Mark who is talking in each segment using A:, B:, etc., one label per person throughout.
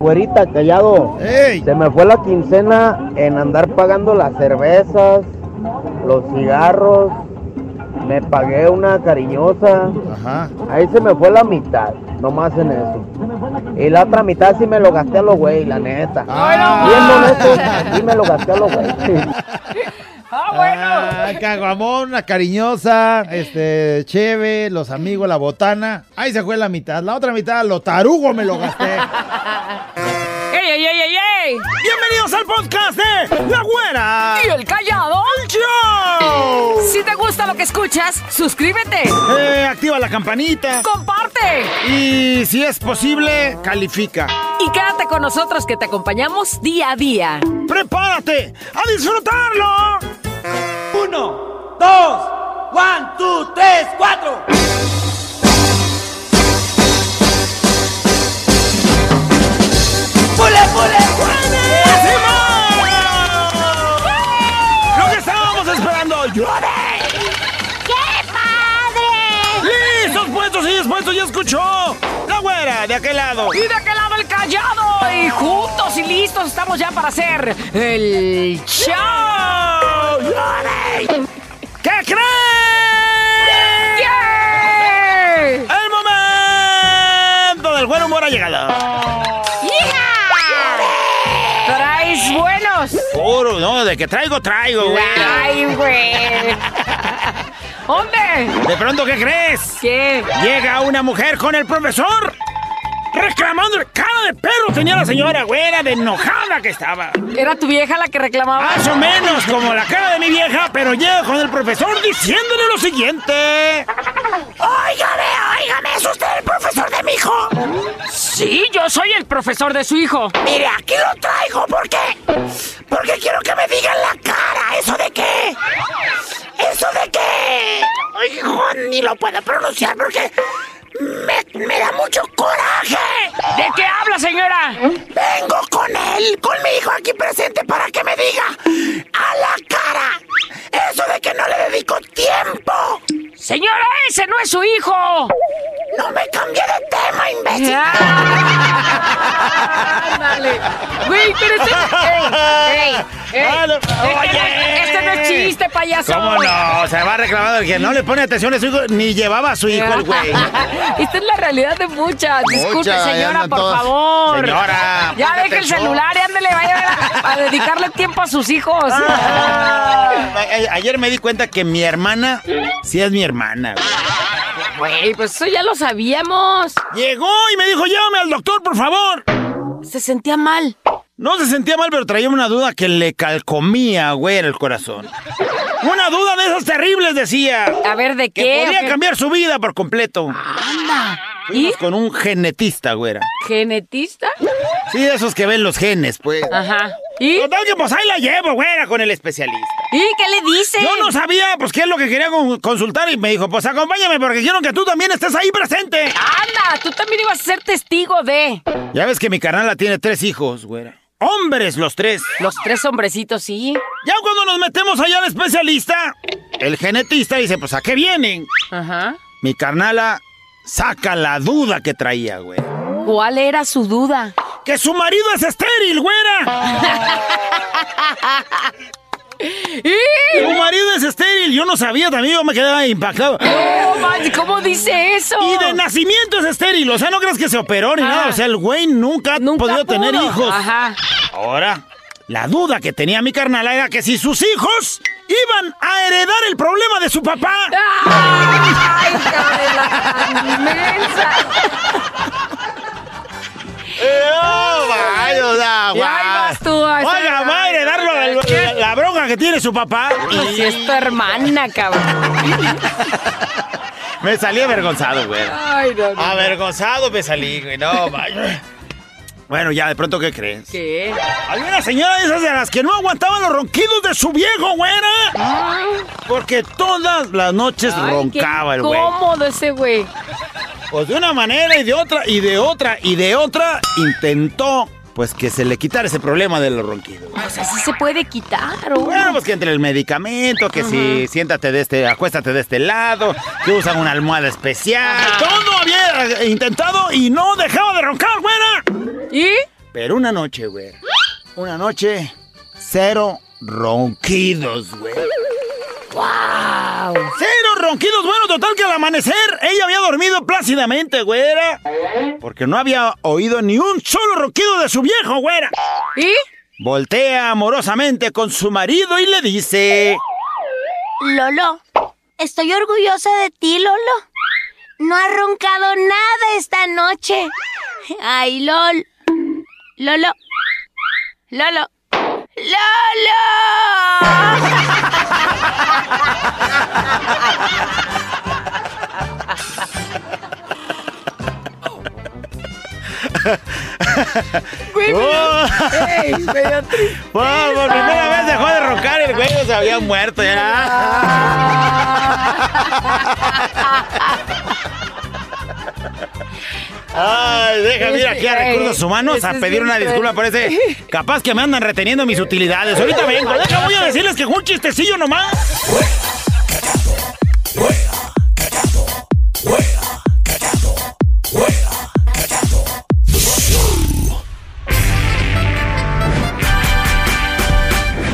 A: Güerita, callado.
B: ¡Ey!
A: Se me fue la quincena en andar pagando las cervezas, los cigarros. Me pagué una cariñosa.
B: Ajá.
A: Ahí se me fue la mitad, nomás en eso. Y la otra mitad sí me lo gasté a los güey, la neta. Bien honesto, sí me lo gasté a los güey.
C: ¡Ah, bueno!
B: Ah, caguamón, la cariñosa, este, cheve, los amigos, la botana. Ahí se fue la mitad. La otra mitad, lo tarugo me lo gasté.
C: ¡Ey, ey, ey, ey, ey!
D: Bienvenidos al podcast de La Güera.
C: ¿Y el callado?
D: ¡Show!
C: Si te gusta lo que escuchas, suscríbete,
D: Eh, activa la campanita.
C: comparte
D: Y si es posible, califica.
C: y quédate con nosotros que te acompañamos día a día.
D: ¡Prepárate a disfrutarlo!
E: Uno, dos, one, two, tres, cuatro. ¡Pule, pule, pule!
D: ¡Simón! ¡Lo que estábamos esperando! ¡Llueve!
F: ¡Qué padre!
D: ¡Listos, puestos y dispuestos! ¡Ya escuchó! ¡La güera de aquel lado!
C: ¡Y de aquel lado el callado! Y juntos y listos estamos ya para hacer el show.
D: ¡Oh, llueve! ¿Qué creen?
C: ¡Yeah!
D: ¡El momento del buen humor ha llegado!
C: ¡Yeah! ¡Traes buenos!
D: Puro, no, de que traigo, traigo, güey.
C: ¡Ay, güey! ¿Dónde?
D: De pronto, ¿qué crees?
C: ¿Qué?
D: Llega una mujer con el profesor reclamando cara de perro tenía la señora güera de enojada que estaba.
C: ¿Era tu vieja la que reclamaba?
D: Más o menos como la cara de mi vieja, pero llega con el profesor diciéndole lo siguiente. Óigame, óigame, ¿es usted el profesor de mi hijo?
C: Sí, yo soy el profesor de su hijo.
D: Mire, aquí lo traigo, ¿por Eh, qué? Porque quiero que me digan la cara, ¿eso de qué? ¿Eso de qué? Ay, hijo, ni lo puedo pronunciar porque me, me da mucho coraje.
C: ¿De qué habla, señora?
D: Vengo con él, con mi hijo aquí presente para que me diga a la cara eso de que no le dedico tiempo.
C: Señora, ese no es su hijo. Ah.
D: No me cambié de tema, imbécil.
C: Ándale. Güey, pero este. ¡Ey! ¡Ey! ey.
D: Ah, no.
C: Este, no,
D: Oye.
C: este no es chiste, payaso.
D: ¿Cómo no? Se va reclamando el que no le pone atención a su hijo, ni llevaba a su hijo el güey.
C: Esta es la realidad de muchas. Disculpe,
B: Muchas, ya
C: señora,
B: andan
C: por
B: todas.
C: favor.
D: Señora,
C: Ya
D: ponga
C: deje el
D: atención.
C: celular y ándele, vaya a, a dedicarle tiempo a sus hijos.
D: Ah, a- ayer me di cuenta que mi hermana sí es mi hermana. güey.
C: Güey, pues eso ya lo sabíamos.
D: Llegó y me dijo, llévame al doctor, por favor.
C: Se sentía mal.
D: No se sentía mal, pero traía una duda que le calcomía, güey, en el corazón. Una duda de esas terribles, decía.
C: A ver, ¿de
D: Que
C: qué?
D: podría
C: ¿O qué?
D: cambiar su vida por completo.
C: ¿Y?
D: Fuimos Con un genetista, güera.
C: ¿Genetista?
D: Sí, de esos que ven los genes, pues.
C: Ajá. ¿Y?
D: Total que pues ahí la llevo, güera, con el especialista.
C: ¿Y qué le dice?
D: Yo no sabía, pues, qué es lo que quería con- consultar y me dijo, pues acompáñame porque quiero que tú también estés ahí presente.
C: ¡Anda! Tú también ibas a ser testigo de.
D: Ya ves que mi carnala tiene tres hijos, güera. Hombres los tres.
C: Los tres hombrecitos, sí.
D: Ya cuando nos metemos allá al especialista, el genetista dice, pues, ¿a qué vienen?
C: Ajá.
D: Mi carnala saca la duda que traía, güey.
C: ¿Cuál era su duda?
D: Que su marido es estéril, güera.
C: ¡Y!
D: Su marido es estéril. Yo no sabía también, yo me quedaba impactado.
C: ¡No, manches! ¿Cómo dice eso?
D: Y de nacimiento es estéril. O sea, no crees que se operó ni
C: Ah.
D: nada. O sea, el güey nunca ha
C: Nunca
D: podido
C: pudo.
D: tener hijos.
C: Ajá.
D: Ahora, la duda que tenía mi carnala era que si sus hijos iban a heredar el problema de su papá.
C: ¡Ay, hija de la inmensa!
B: Ay, o sea,
C: Y ahí
B: guau.
C: vas tú. a esa-
D: Oiga, va a heredar lo- lo- la, la bronca que tiene su papá.
C: Pues si es tu hermana, cabrón.
D: Me salí avergonzado, güey.
C: Ay, no, no.
D: Avergonzado me salí, güey. No, vaya. Bueno, ya, de pronto, ¿qué crees?
C: ¿Qué?
D: Alguna señora de esas de las que no aguantaban los ronquidos de su viejo, güera. Porque todas las noches
C: Ay,
D: roncaba
C: qué
D: el güey.
C: Cómodo ese güey.
D: Pues de una manera y de otra, y de otra, y de otra, intentó, pues, que se le quitara ese problema de los ronquidos.
C: O sea, sí Pues se puede quitar, ¿o?
D: Bueno, pues que entre el medicamento, que si siéntate de este, acuéstate de este lado, que usan una almohada especial. Todo había eh, intentado y no dejaba de roncar, güera.
C: ¿Y?
D: Pero una noche, güey. Una noche, cero ronquidos, güey. ¡Wow! Cero ronquidos, bueno, total que al amanecer ella había dormido plácidamente, güera. Porque no había oído ni un solo ronquido de su viejo, güera.
C: ¿Y?
D: Voltea amorosamente con su marido y le dice...
F: Lolo, estoy orgullosa de ti, Lolo. No has roncado nada esta noche. Ay, Lol. Lolo. Lolo. ¡Lolo!
C: Güey, me dio-
D: "Oh,
C: ey, me dio tristeza.
D: oh, por primera vez dejó de roncar el güey, se había muerto ya. Ay, déjame ir aquí a
C: Ey,
D: recursos humanos a
C: ese es
D: pedir
C: bien
D: una disculpa por ese. Capaz que me andan reteniendo mis utilidades. Ahorita vengo. Déjame voy a decirles que fue un chistecillo nomás.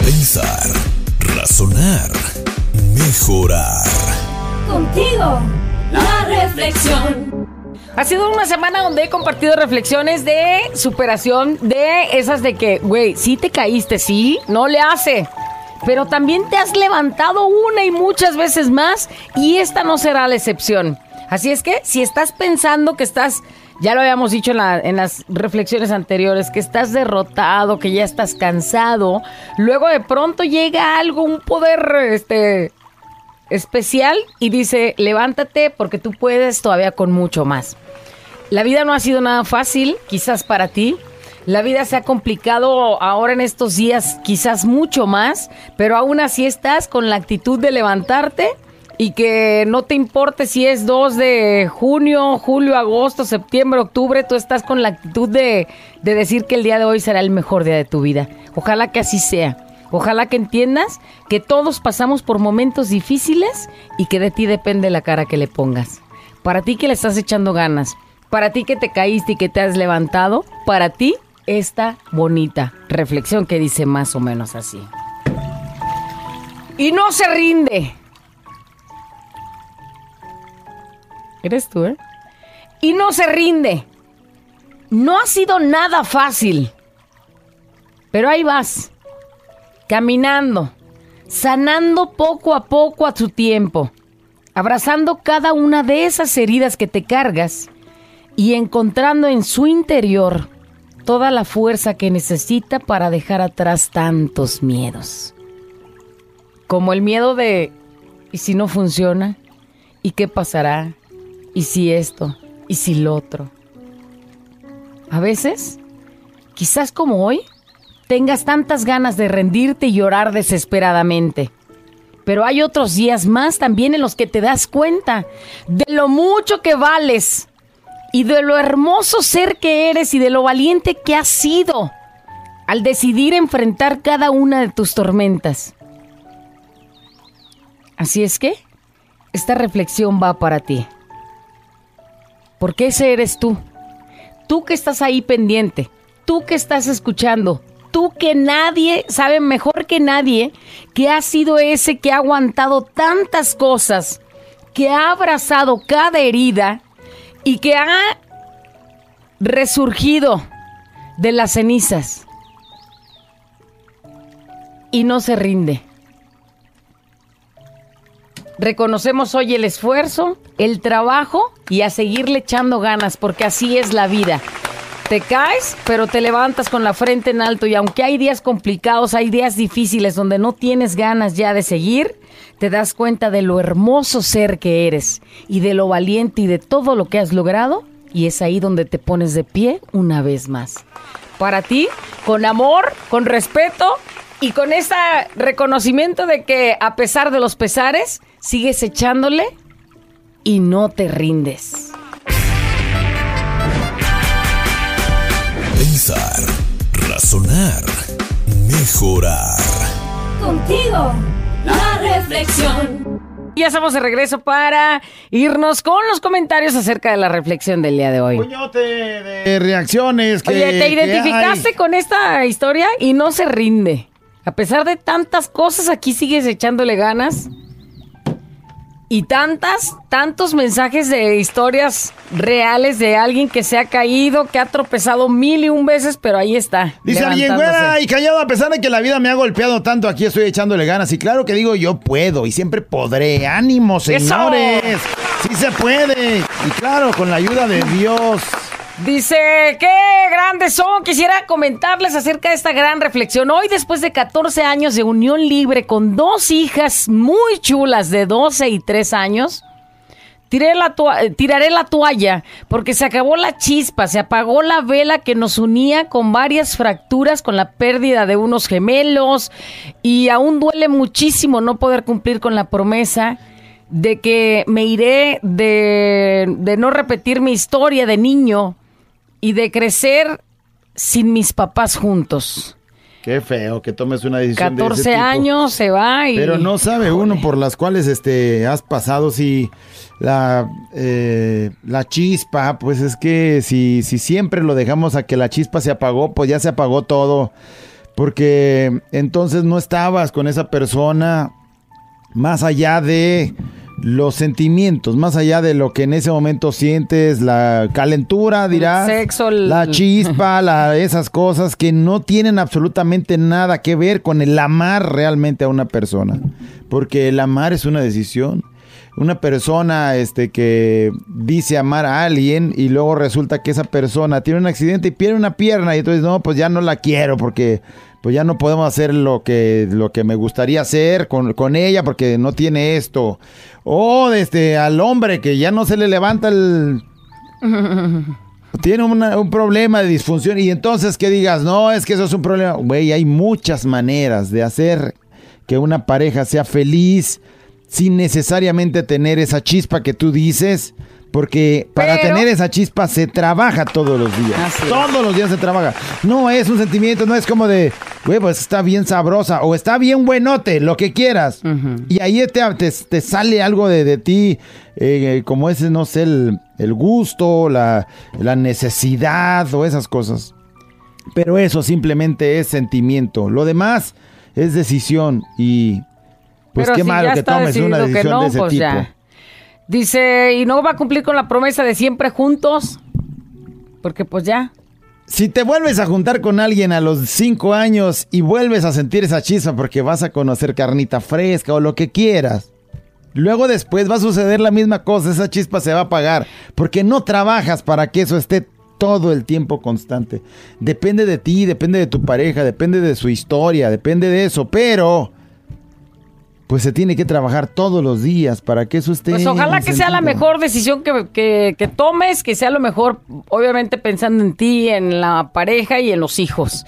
G: Pensar, razonar, mejorar.
H: Contigo, la reflexión.
C: Ha sido una semana donde he compartido reflexiones de superación, de esas de que, güey, sí te caíste, sí, no le hace. Pero también te has levantado una y muchas veces más y esta no será la excepción. Así es que si estás pensando que estás, ya lo habíamos dicho en, la- en las reflexiones anteriores, que estás derrotado, que ya estás cansado, luego de pronto llega algo, un poder, este, especial y dice, levántate porque tú puedes todavía con mucho más. La vida no ha sido nada fácil, quizás para ti. La vida se ha complicado ahora en estos días, quizás mucho más, pero aún así estás con la actitud de levantarte y que no te importe si es 2 de junio, julio, agosto, septiembre, octubre, tú estás con la actitud de, de decir que el día de hoy será el mejor día de tu vida. Ojalá que así sea. Ojalá que entiendas que todos pasamos por momentos difíciles y que de ti depende la cara que le pongas. Para ti que le estás echando ganas, para ti que te caíste y que te has levantado, para ti esta bonita reflexión que dice más o menos así. Y no se rinde. Eres tú, ¿eh? Y no se rinde. No ha sido nada fácil. Pero ahí vas caminando, sanando poco a poco a tu tiempo, abrazando cada una de esas heridas que te cargas y encontrando en su interior toda la fuerza que necesita para dejar atrás tantos miedos. Como el miedo de, ¿y si no funciona? ¿Y qué pasará? ¿Y si esto? ¿Y si lo otro? A veces, quizás como hoy, tengas tantas ganas de rendirte y llorar desesperadamente. Pero hay otros días más también en los que te das cuenta de lo mucho que vales y de lo hermoso ser que eres y de lo valiente que has sido al decidir enfrentar cada una de tus tormentas. Así es que esta reflexión va para ti. Porque ese eres tú. Tú que estás ahí pendiente, tú que estás escuchando, tú que nadie sabe mejor que nadie que has sido ese que ha aguantado tantas cosas, que ha abrazado cada herida y que ha resurgido de las cenizas y no se rinde. Reconocemos hoy el esfuerzo, el trabajo y a seguirle echando ganas, porque así es la vida. Te caes, pero te levantas con la frente en alto y aunque hay días complicados, hay días difíciles donde no tienes ganas ya de seguir, te das cuenta de lo hermoso ser que eres y de lo valiente y de todo lo que has logrado y es ahí donde te pones de pie una vez más. Para ti, con amor, con respeto y con ese reconocimiento de que a pesar de los pesares, sigues echándole y no te rindes.
G: Pensar, razonar, mejorar.
H: Contigo, la reflexión.
C: Ya estamos de regreso para irnos con los comentarios acerca de la reflexión del día de hoy.
B: Puñote de Eh, reacciones que.
C: Oye,
B: que
C: te identificaste
B: hay.
C: con esta historia y no se rinde. A pesar de tantas cosas, aquí sigues echándole ganas. Y tantas, tantos mensajes de historias reales de alguien que se ha caído, que ha tropezado mil y un veces, pero ahí está.
B: Dice alguien,
C: levantándose.
B: güera y callado, a pesar de que la vida me ha golpeado tanto, aquí estoy echándole ganas. Y claro que digo, yo puedo y siempre podré. ¡Ánimo, señores! ¡Sí se puede! Y claro, con la ayuda de Dios.
C: Dice, qué grandes son. Quisiera comentarles acerca de esta gran reflexión. Hoy, después de 14 años de unión libre con dos hijas muy chulas de 12 y 3 años, tiré la toa- eh, tiraré la toalla porque se acabó la chispa, se apagó la vela que nos unía con varias fracturas, con la pérdida de unos gemelos y aún duele muchísimo no poder cumplir con la promesa de que me iré de, de no repetir mi historia de niño y de crecer sin mis papás juntos.
B: Qué feo que tomes una decisión. de ese
C: 14
B: tipo.
C: años se va y...
B: Pero no sabe uno por las cuales este has pasado si la, eh, la chispa, pues es que si, si siempre lo dejamos a que la chispa se apagó, pues ya se apagó todo. Porque entonces no estabas con esa persona más allá de los sentimientos, más allá de lo que en ese momento sientes, la calentura, dirás,
C: sexo, el-
B: la chispa, la- esas cosas que no tienen absolutamente nada que ver con el amar realmente a una persona, porque el amar es una decisión. Una persona este, que dice amar a alguien y luego resulta que esa persona tiene un accidente y pierde una pierna y entonces no, pues ya no la quiero porque pues ya no podemos hacer lo que, lo que me gustaría hacer con, con ella porque no tiene esto. O este, al hombre que ya no se le levanta el... Tiene una- un problema de disfunción y entonces que digas, no, es que eso es un problema. Güey, hay muchas maneras de hacer que una pareja sea feliz sin necesariamente tener esa chispa que tú dices, porque para
C: Pero-
B: tener esa chispa se trabaja todos los días.
C: Así es.
B: Todos los días se trabaja. No es un sentimiento, no es como de, güey, pues está bien sabrosa o está bien buenote, lo que quieras. Y ahí te, te- te sale algo de, de ti, eh, como ese, no sé, el, el gusto, la, la necesidad o esas cosas. Pero eso simplemente es sentimiento. Lo demás es decisión y... Pues
C: Pero
B: qué
C: si
B: malo
C: ya
B: que
C: está
B: tomes una
C: decidido que
B: decisión
C: no,
B: de ese
C: pues
B: tipo.
C: ya. Dice, y no va a cumplir con la promesa de siempre juntos. Porque pues ya.
B: Si te vuelves a juntar con alguien a los cinco años y vuelves a sentir esa chispa porque vas a conocer carnita fresca o lo que quieras, luego después va a suceder la misma cosa, esa chispa se va a apagar porque no trabajas para que eso esté todo el tiempo constante. Depende de ti, depende de tu pareja, depende de su historia, depende de eso, pero pues se tiene que trabajar todos los días para que eso esté...
C: Pues ojalá que sea la
B: encendido.
C: mejor decisión que, que- que tomes, que sea lo mejor, obviamente pensando en ti, en la pareja y en los hijos.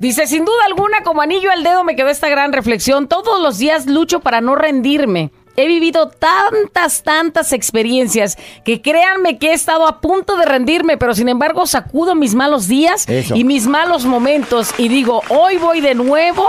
C: Dice, sin duda alguna, como anillo al dedo me quedó esta gran reflexión. Todos los días lucho para no rendirme. He vivido tantas, tantas experiencias que créanme que he estado a punto de rendirme, pero sin embargo sacudo mis malos días
B: Eso.
C: y mis malos momentos y digo, hoy voy de nuevo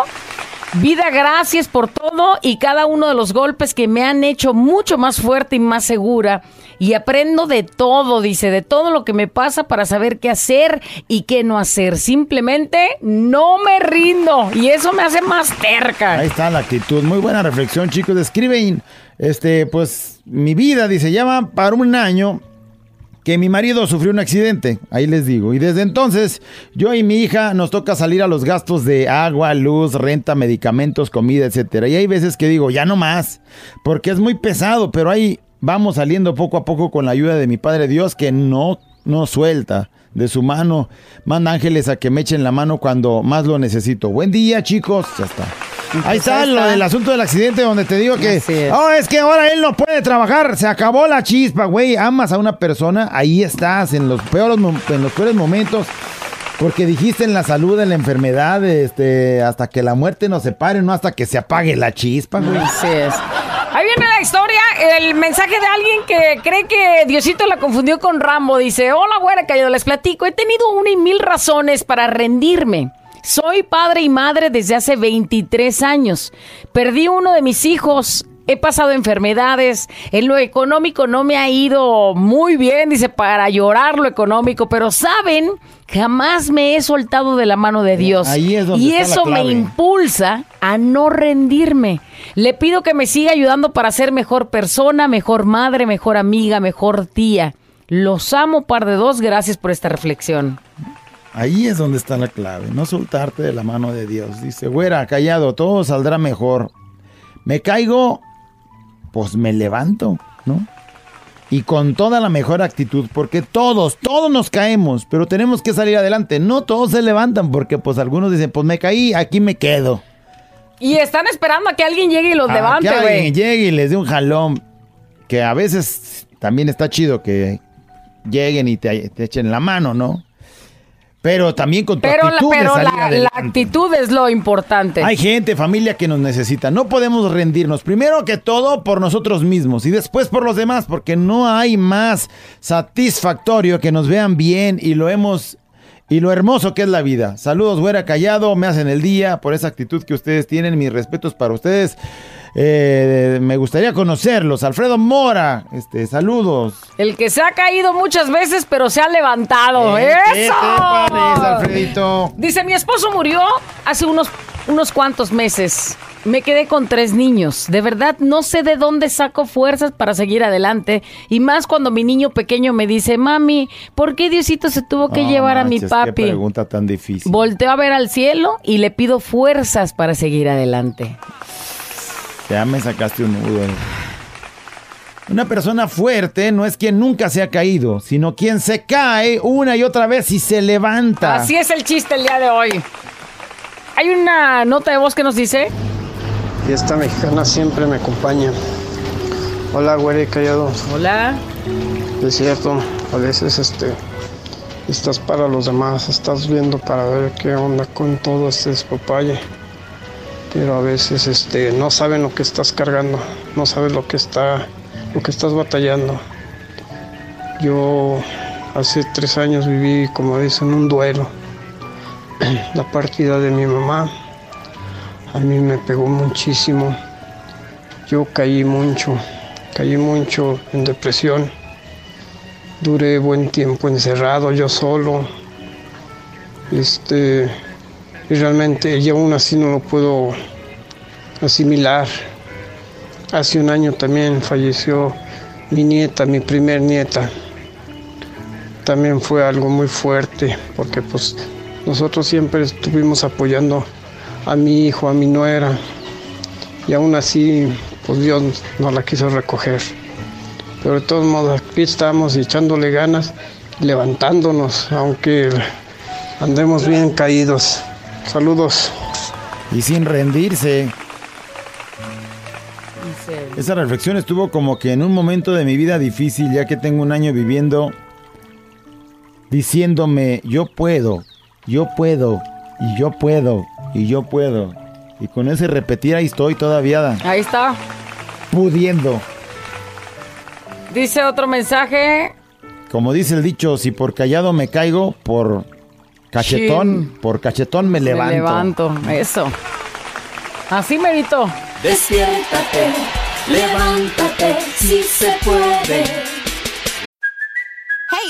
C: Vida, gracias por todo y cada uno de los golpes que me han hecho mucho más fuerte y más segura. Y aprendo de todo, dice, de todo lo que me pasa para saber qué hacer y qué no hacer. Simplemente no me rindo y eso me hace más terca.
B: Ahí está la actitud. Muy buena reflexión, chicos. Describen, este, pues, mi vida, dice, ya va para un año que mi marido sufrió un accidente. Ahí les digo. Y desde entonces, yo y mi hija nos toca salir a los gastos de agua, luz, renta, medicamentos, comida, etcétera. Y hay veces que digo, ya no más, porque es muy pesado, pero ahí vamos saliendo poco a poco con la ayuda de mi Padre Dios, que no nos suelta de su mano. Manda ángeles a que me echen la mano cuando más lo necesito. Buen día, chicos. Ya está. Ahí está
C: pues ahí
B: lo
C: está.
B: del asunto del accidente donde te digo que
C: Así es.
B: "Oh, es que ahora él no puede trabajar. Se acabó la chispa, güey. Amas a una persona, ahí estás, en los peores, mom- en los peores momentos. Porque dijiste en la salud, en la enfermedad, este, hasta que la muerte nos separe, no hasta que se apague la chispa, güey.
C: Así es. Ahí viene la historia, el mensaje de alguien que cree que Diosito la confundió con Rambo. Dice, hola güera, callado, les platico. He tenido una y mil razones para rendirme. Soy padre y madre desde hace 23 años. Perdí uno de mis hijos He pasado enfermedades, en lo económico no me ha ido muy bien, dice, para llorar lo económico, pero saben, jamás me he soltado de la mano de Dios.
B: Eh, ahí es donde
C: y
B: está la
C: eso me
B: clave.
C: impulsa a no rendirme. Le pido que me siga ayudando para ser mejor persona, mejor madre, mejor amiga, mejor tía. Los amo, par de dos, gracias por esta reflexión.
B: Ahí es donde está la clave, no soltarte de la mano de Dios. Dice, güera, callado, todo saldrá mejor. Me caigo, pues me levanto, ¿no? Y con toda la mejor actitud, porque todos, todos nos caemos, pero tenemos que salir adelante. No todos se levantan, porque pues algunos dicen, pues me caí, aquí me quedo.
C: Y están esperando a que alguien llegue y los
B: Ah,
C: levante,
B: que
C: güey.
B: alguien llegue y les dé un jalón. Que a veces también está chido que lleguen y te, te echen la mano, ¿no? Pero también con tu
C: Pero, la,
B: actitud de
C: pero
B: salir
C: la, la
B: adelante.
C: actitud es lo importante.
B: Hay gente, familia que nos necesita. No podemos rendirnos. Primero que todo por nosotros mismos y después por los demás, porque no hay más satisfactorio que nos vean bien y lo hemos y lo hermoso que es la vida. Saludos, güera callado, me hacen el día por esa actitud que ustedes tienen. Mis respetos para ustedes. Eh, me gustaría conocerlos. Alfredo Mora, este, saludos.
C: El que se ha caído muchas veces, pero se ha levantado.
B: Eh, ¿Qué
C: ¡Eso!
B: te parece, Alfredito?
C: Dice, mi esposo murió hace unos, unos cuantos meses. Me quedé con tres niños. De verdad, no sé de dónde saco fuerzas para seguir adelante. Y más cuando mi niño pequeño me dice, mami, ¿por qué Diosito se tuvo que
B: No
C: llevar
B: manches,
C: a mi
B: Qué
C: papi?
B: pregunta tan difícil.
C: Volteo a ver al cielo y le pido fuerzas para seguir adelante.
B: Ya me sacaste un nudo. eh. Una persona fuerte no es quien nunca se ha caído, sino quien se cae una y otra vez y se levanta.
C: Así es el chiste el día de hoy. Hay una nota de voz que nos dice...
I: Y esta mexicana siempre me acompaña. Hola, güey, callado.
C: Hola.
I: Es cierto, a veces este, estás para los demás, estás viendo para ver qué onda con todo este despapalle. Pero a veces este, no saben lo que estás cargando, no saben lo que, está, lo que estás batallando. Yo hace tres años viví, como dicen, un duelo. La partida de mi mamá a mí me pegó muchísimo. Yo caí mucho, caí mucho en depresión. Duré buen tiempo encerrado yo solo. Este, y realmente y aún así no lo puedo asimilar. Hace un año también falleció mi nieta, mi primer nieta. También fue algo muy fuerte porque pues nosotros siempre estuvimos apoyando a mi hijo, a mi nuera. Y aún así, pues Dios no la quiso recoger. Pero de todos modos, aquí estamos y echándole ganas, levantándonos, aunque andemos bien caídos. Saludos.
B: Y sin rendirse. Esa reflexión estuvo como que en un momento de mi vida difícil, ya que tengo un año viviendo, diciéndome, yo puedo, yo puedo, y yo puedo, y yo puedo. Y con ese repetir ahí estoy todavía
C: Ahí está.
B: pudiendo.
C: Dice otro mensaje.
B: Como dice el dicho, si por callado me caigo, por cachetón, por cachetón me levanto.
C: Me levanto. Eso. Así merito.
H: Despiértate, levántate, si se puede.
J: Hey,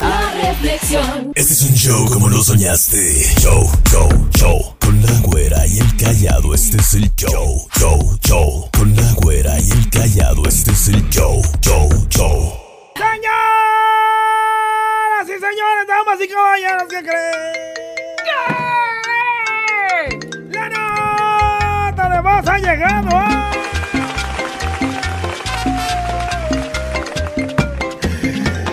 H: La reflexión.
G: Este es un show como lo soñaste. Show, show, show. Con la güera y el callado, este es el show. Show, show. Con la güera y el callado, este es el show. Show, show.
E: Señoras y señores, damas y caballeros, ¿qué creen? La nota de voz ha llegado. ¡ah!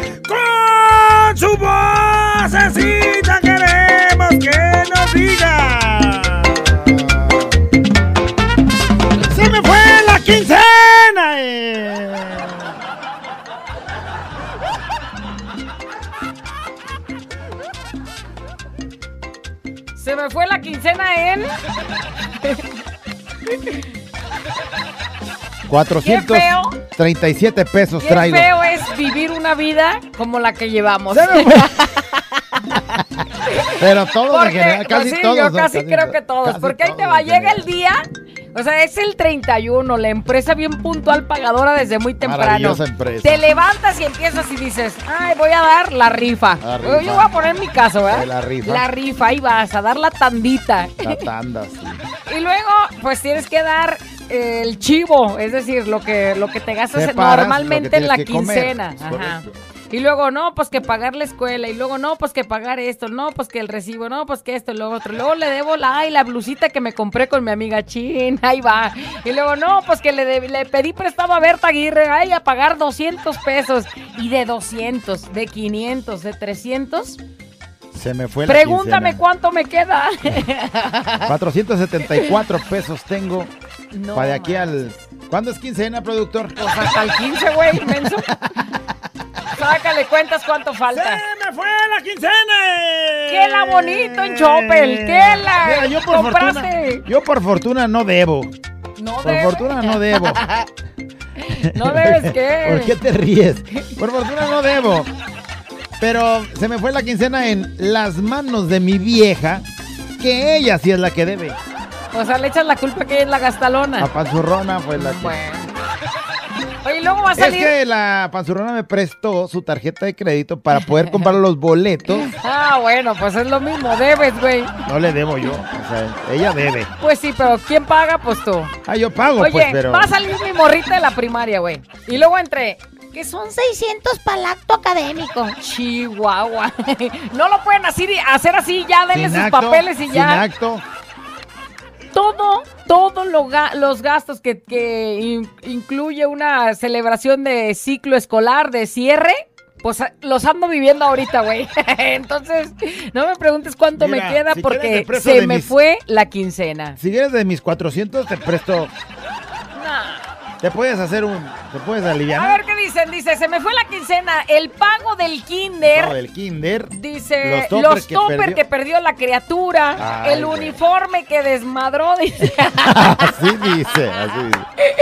E: Con su vocecita queremos que nos diga. Se me fue la quincena. eh.
C: cena en.
B: 437 pesos
C: Qué
B: traigo.
C: feo es vivir una vida como la que llevamos.
B: Pero todos en
C: Porque,
B: general, casi
C: pues sí,
B: todos.
C: yo
B: ¿no?
C: casi creo que todos.
B: casi
C: porque ahí te
B: todos
C: va,
B: en
C: llega el día. O sea, es el 31, la empresa bien puntual, pagadora desde muy temprano.
B: Maravillosa empresa.
C: Te levantas y empiezas y dices, ay, voy a dar la rifa.
B: La
C: Yo-
B: rifa.
C: Yo voy a poner mi caso, ¿verdad?
B: Sí, la rifa.
C: La rifa, ahí vas, a dar la tandita.
B: La tanda, sí.
C: y luego, pues tienes que dar eh, el chivo, es decir, lo que, lo que te gastas
B: Separas lo que
C: normalmente en la
B: tienes que comer.
C: quincena.
B: Es
C: Ajá.
B: correcto.
C: Y luego, no, pues que pagar la escuela. Y luego, no, pues que pagar esto. No, pues que el recibo. No, pues que esto. Y luego otro. Luego le debo la, ay, la blusita que me compré con mi amiga Chin. Ahí va. Y luego, no, pues que le, deb- le pedí prestado a Berta Aguirre. Ay, a pagar 200 pesos. Y de 200, de 500, de 300.
B: Se me fue la
C: Pregúntame cuánto me queda.
B: quincena. 474 pesos tengo
C: No,
B: para de aquí al... ¿Cuándo es quincena, productor?
C: Pues hasta el 15, güey, inmenso. Sácale cuentas cuánto falta.
E: ¡Se me fue la quincena!
C: ¡Qué la bonito en Chopel! ¡Qué la
B: Mira, yo por
C: compraste!
B: Yo por fortuna no debo.
C: No
B: Por
C: debes.
B: fortuna no debo.
C: No debes
B: ¿Por qué
C: qué.
B: te ríes? Por fortuna no debo. Pero se me fue la quincena en las manos de mi vieja, que ella sí es la que debe.
C: Ah. O sea, le echas la culpa que es la
B: La
C: gastalona.
B: panzurrona fue Ah, pues, la que...
C: Oye, y luego va a
B: Es
C: salir.
B: que la panzurrona me prestó su tarjeta de crédito para poder comprar los boletos.
C: Ah, bueno, pues es lo mismo, debes, güey.
B: No le debo yo, o sea, ella debe.
C: Pues sí, pero ¿quién paga? Pues tú.
B: Ah, yo pago,
C: Oye,
B: pues, pero...
C: va a salir mi morrita de la primaria, güey. Y luego entré. Que son 600 para el acto académico. Chihuahua. No lo pueden así, hacer así, ya denle
B: sin
C: sus
B: acto,
C: papeles y
B: sin
C: ya.
B: acto.
C: todo, todos los gastos que, que in- incluye una celebración de ciclo escolar, de cierre, pues a- los ando viviendo ahorita, güey. Entonces, no me preguntes cuánto
B: Mira,
C: me queda
B: si quieres
C: porque
B: te presto
C: se
B: de
C: me
B: mis-
C: fue la quincena.
B: Si vienes de mis 400, te presto... Te puedes hacer un... Te puedes
C: A
B: aliviar.
C: ver qué dicen, dice, se me fue la quincena, el pago del kinder.
B: No, del kinder.
C: Dice,
B: Los toppers
C: los
B: que
C: topper
B: perdió.
C: que, perdió la criatura,
B: Ay,
C: el
B: güey.
C: uniforme que desmadró, dice.
B: así dice, así dice.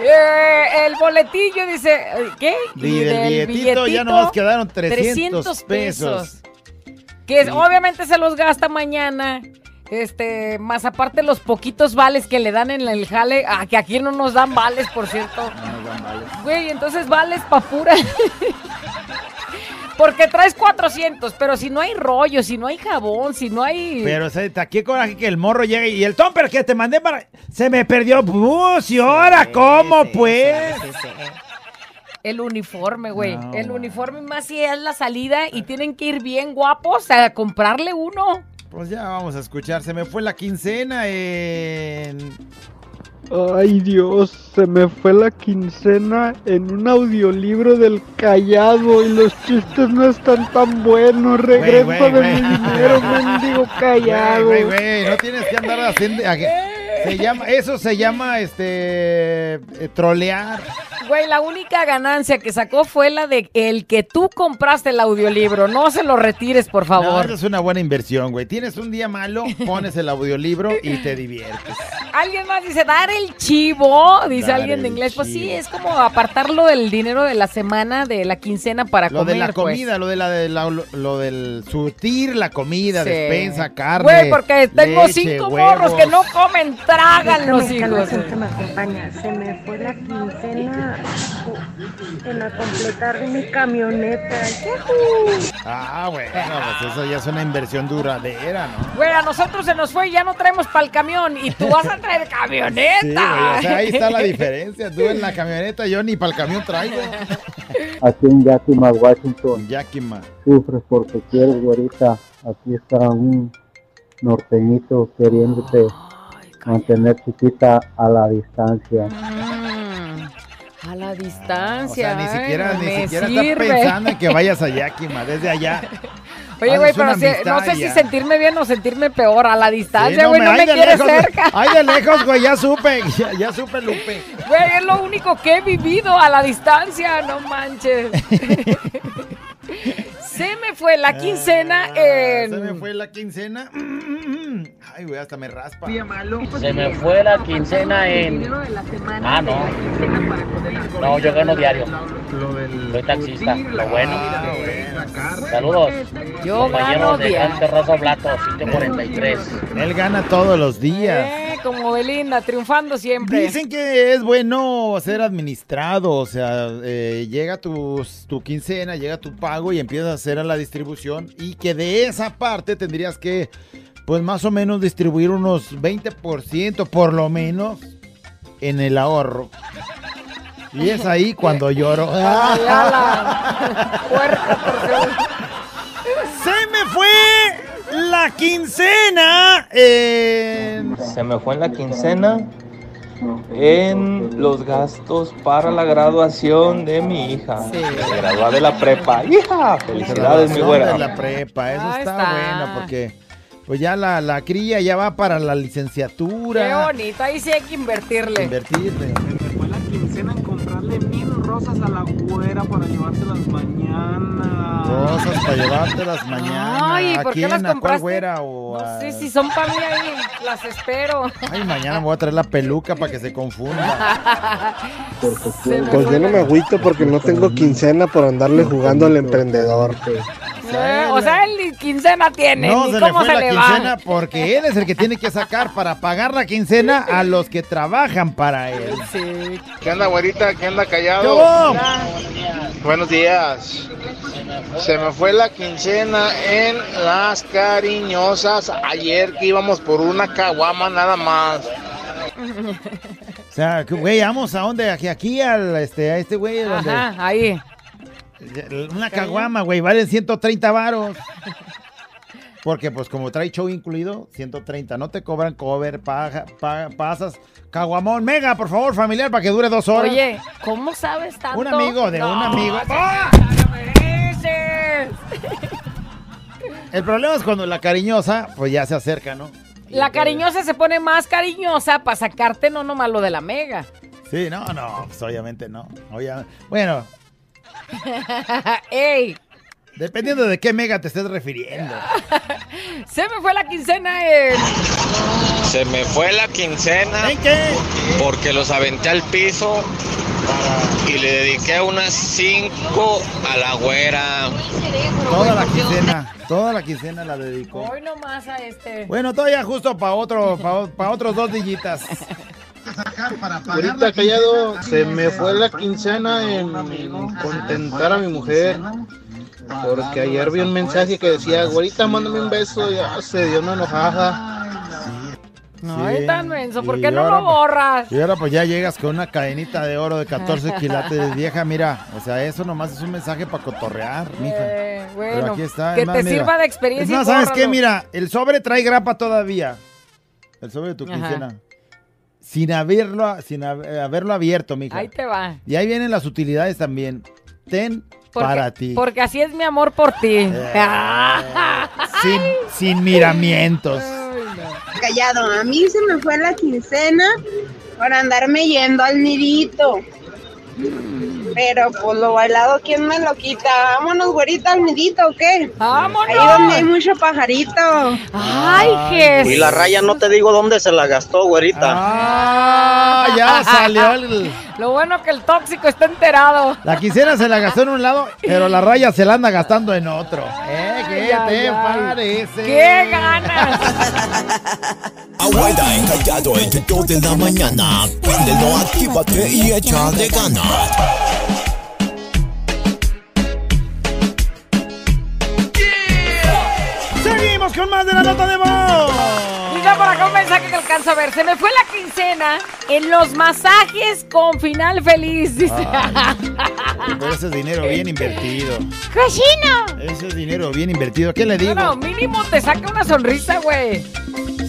C: Eh, el boletillo dice, eh, ¿qué?
B: Y del billetito ya nomás quedaron 300, pesos.
C: 300 pesos. Que es- obviamente se los gasta mañana. Este, más aparte los poquitos vales que le dan en el jale, ah, que aquí no nos dan vales, por cierto. Güey, entonces vales pa' pura. Porque traes 400, pero si no hay rollo, si no hay jabón, si no hay...
B: Pero, o sea, ta- qué coraje que el morro llegue y el topper que te mandé para... Se me perdió. ¡Bus! ¿Y ahora cómo, pues?
C: El uniforme, güey.
B: No,
C: el uniforme más si es la salida y tienen que ir bien guapos a comprarle uno.
B: Pues ya vamos a escuchar. Se me fue la quincena en...
K: Ay Dios, se me fue la quincena en un audiolibro del callado y los chistes no están tan buenos.
B: güey,
K: Regrésame mi
B: güey.
K: dinero, mendigo callado.
B: Güey, güey, güey, no tienes que andar haciendo... ag- Se llama, eso se llama, este, eh, trolear.
C: Güey, la única ganancia que sacó fue la de el que tú compraste el audiolibro. No se lo retires, por
B: No,
C: favor.
B: esa es una buena inversión, güey. Tienes un día malo, pones el audiolibro y te diviertes.
C: Alguien más dice, dar el chivo, dice
B: Dar
C: alguien de
B: el
C: inglés. Pues sí,
B: chivo.
C: es como apartarlo del dinero de la semana, de la quincena para
B: Lo
C: comer.
B: de la
C: pues.
B: comida, lo de la, de la- lo del surtir la comida,
C: Sí.
B: despensa, carne.
C: Güey, porque tengo
B: leche,
C: cinco
B: huevos.
C: morros que no comen, tragan los
L: Mexicano
C: hijos.
L: siempre me acompaña. Se me fue la quincena en la completar de mi camioneta. ¡Yahoo!
B: Ah, bueno, pues eso ya es una inversión duradera, ¿no?
C: Güey, a nosotros se nos fue y ya no traemos para el camión. Y tú vas a traer camioneta.
B: Sí, güey, o sea, ahí está la diferencia. Tú en la camioneta, yo ni para el camión traigo.
M: Aquí en Yakima, Washington.
B: Yakima.
M: Sufres porque quieres, güerita. Aquí está un norteñito queriéndote mantener chiquita a la distancia.
C: Mm, A la
B: O sea,
C: distancia.
B: ni
C: ay,
B: siquiera,
C: no
B: ni
C: me
B: siquiera estás
C: sirve.
B: pensando en que vayas a Yakima, desde allá.
C: Oye,
B: Haces
C: güey, pero
B: una
C: si- no
B: amistad
C: sé si
B: ya.
C: sentirme bien o sentirme peor. A la
B: Sí,
C: distancia, güey, no,
B: ay,
C: me
B: de
C: quieres
B: lejos, güey.
C: cerca.
B: Ay, de lejos, güey, ya supe, ya, ya supe, Lupe.
C: Güey, es lo único que he vivido a la distancia, no manches. Se me fue la quincena en...
B: Ah, Se me fue la quincena. Mm, Ay, güey, hasta me raspa.
N: Se me fue la quincena en. Ah, no. No, yo gano diario. Soy taxista, lo bueno.
D: Ah,
N: Saludos.
C: Yo gano
N: Compañeros de
C: diario.
N: Cante Raza Blato, 743.
B: Él gana todos los días.
C: Eh, como Belinda, triunfando siempre.
B: Dicen que es bueno ser administrado, o sea, eh, llega tu, tu quincena, llega tu pago y empiezas a hacer a la distribución y que de esa parte tendrías que, pues más o menos distribuir unos 20% por lo menos en el ahorro. Y es ahí cuando lloro. Se me fue la quincena.
O: Se me fue la quincena en los gastos para la graduación de mi hija. Se graduó de la prepa. ¡Hija! Felicidades, mi
B: Graduación
O: güera.
B: de la prepa, eso
C: Ah,
B: está, bueno porque pues ya la, la cría ya va para la
C: Qué
B: licenciatura.
C: bonito, ahí sí hay que invertirle.
B: Invertirle.
P: quincena encontrarle mil rosas a la güera para llevárselas mañana.
B: Cosas para llevártelas mañana.
C: Ay,
B: ¿A
C: ¿por qué
B: quién?
C: las
B: ¿A cuál
C: compraste?
B: güera o a-
C: Sí, sí, son para mí ahí, las espero.
B: Ay, mañana me voy a traer la peluca para que se confunda.
C: Ah,
Q: Pues yo no me agüito porque no tengo quincena por andarle jugando al emprendedor.
C: Eh, o sea, él ni quincena tiene,
B: No
C: ni
B: se le
C: cómo
B: fue
C: se
B: la
C: le
B: quincena
C: va.
B: porque él es el que tiene que sacar para pagar la quincena a los que trabajan para él.
R: ¿Qué onda, güerita? ¿Qué onda,
B: ¿Qué
R: callado?
B: hubo?
R: Buenos días. Se me fue la quincena en las cariñosas ayer que íbamos por una caguama nada más.
B: O sea, que, güey, vamos a dónde, aquí, aquí al este, a este güey, donde-
C: Ajá, ahí.
B: Una caguama, güey, valen 130 varos. Porque pues como trae show incluido, 130. No te cobran cover, paja- pa- pasas. Caguamón, mega, por favor, familiar, para que dure dos horas.
C: Oye, ¿cómo sabes tanto?
B: Un amigo de un amigo.
C: ¡Ah!
B: El problema es cuando la cariñosa, pues ya se acerca, ¿no?
C: La cariñosa se pone más cariñosa para sacarte no nomás lo de la mega.
B: Sí, no, no, pues obviamente no. Obvia- Bueno,
C: ¡Ey!
B: dependiendo de qué mega te estés refiriendo.
C: Se me fue la quincena en...
S: Se me fue la quincena porque los aventé al piso y le dediqué unas 5 a la güera.
B: Toda la quincena, toda la quincena la dedicó.
C: Hoy nomás a este.
B: Bueno, todavía justo para otro, para otros dos dillitas.
R: Ahorita callado, se me fue la quincena en contentar a mi mujer. Porque ayer vi un mensaje que decía, güerita, mándame un beso, ya se dio una enojada.
C: No, es tan menso, ¿por
B: Pues Y
C: qué no
B: ahora,
C: lo borras?
B: Y ahora pues ya llegas con una cadenita de oro de 14 quilates, vieja, mira, o sea, eso nomás es un mensaje para cotorrear, mija.
C: Eh,
B: Pero
C: bueno,
B: aquí está,
C: que
B: es más,
C: te
B: mira.
C: sirva de experiencia.
B: Es más,
C: y
B: ¿sabes qué?
C: bórralo.
B: Mira, el sobre trae grapa todavía. El sobre de tu
C: Ajá.
B: quincena. Sin haberlo, sin hab- eh, haberlo abierto, mija.
C: Ahí te va.
B: Y ahí vienen las utilidades también. Ten
C: Porque-
B: para ti. Eh,
C: Porque así es mi amor por ti.
B: Sin, sin miramientos.
T: Callado, a mí se me fue la quincena por andarme yendo al nidito. Pero pues lo bailado, ¿quién me lo quita? Vámonos, güerita, al nidito, ¿o qué?
C: ¡Vámonos!
T: Ahí donde hay mucho pajarito.
C: ¡Ay, Jesús!
U: Y la raya no te digo dónde se la gastó, güerita.
B: Ah, ya salió el-
C: Lo bueno que el tóxico está enterado.
B: La quincena se la gastó en un lado, pero la raya se la anda gastando en otro. ¿Eh? ¿Qué
C: Ay, ay,
B: te
C: ay.
B: parece?
C: ¡Qué ganas!
G: Abuela encallado el show de la mañana. Préndelo, actívate y échale ganas.
B: Seguimos con más de la nota de voz.
C: Diga por acá un mensaje que alcanzo a ver. Se me fue la quincena en los masajes con final feliz. dice.
B: Ah. Pero ese es dinero bien invertido.
C: ¡Cochino!
B: Ese es dinero bien invertido. ¿Qué le digo?
C: Bueno, mínimo te saca una sonrisa, güey.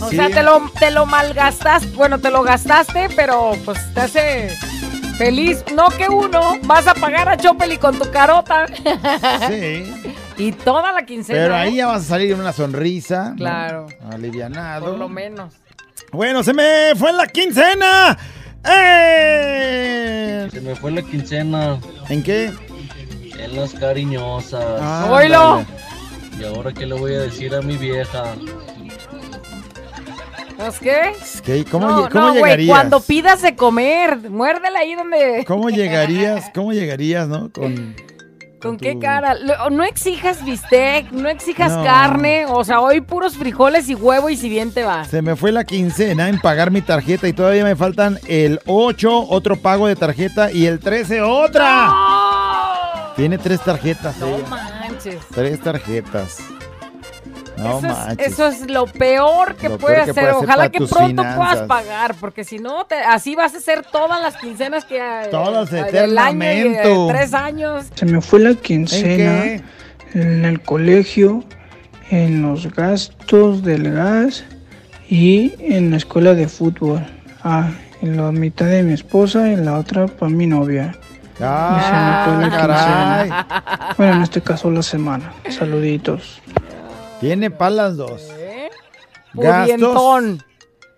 C: O
B: Sí.
C: sea, te lo, te lo malgastaste. Bueno, te lo gastaste, pero pues te hace feliz. No que uno vas a pagar a Chopeli con tu carota.
B: Sí.
C: Y toda la quincena.
B: Pero ahí
C: ¿eh?
B: ya vas a salir con una sonrisa. ¿no?
C: Claro.
B: Alivianado.
C: Por lo menos.
B: Bueno, se me fue la quincena. ¡Eh!
O: Se me fue la quincena.
B: ¿En qué?
O: En las cariñosas.
B: Ah, Oilo. ándale.
N: ¿Y ahora qué le voy a decir a mi vieja?
C: ¿Pues qué?
B: ¿Qué? ¿Cómo,
C: no,
B: lle- cómo
C: no, güey,
B: llegarías?
C: cuando pidas de comer, muérdela ahí donde...
B: ¿Cómo llegarías? ¿Cómo llegarías, no? Con...
C: ¿Con qué cara? Lo- No exijas bistec, no exijas
B: No.
C: carne, o sea, hoy puros frijoles y huevo y si bien te va.
B: Se me fue la quincena en pagar mi tarjeta y todavía me faltan el 8, otro pago de tarjeta y el 13, otra. Tiene tres tarjetas.
C: No
B: ella.
C: manches.
B: Tres tarjetas. No
C: eso, es,
B: manches.
C: eso es lo peor que
B: Lo peor
C: puede
B: que
C: hacer.
B: puede hacer
C: Ojalá
B: para
C: que
B: tus
C: pronto
B: finanzas.
C: puedas pagar, porque si no, te- así vas a hacer todas las quincenas que eh,
B: Todas
C: del año y de
B: eternamente.
C: tres años.
A: Se me fue la quincena
C: ¿En
A: ¿En, el colegio, en los gastos del gas y en la escuela de fútbol. Ah, en la mitad de mi esposa y en la otra para mi novia.
B: Ah,
A: Y se me fue la
B: caray.
A: quincena. Bueno, en este caso la semana. Saluditos.
B: Tiene palas dos.
C: ¿eh?
A: Pudientón.
B: Gastos.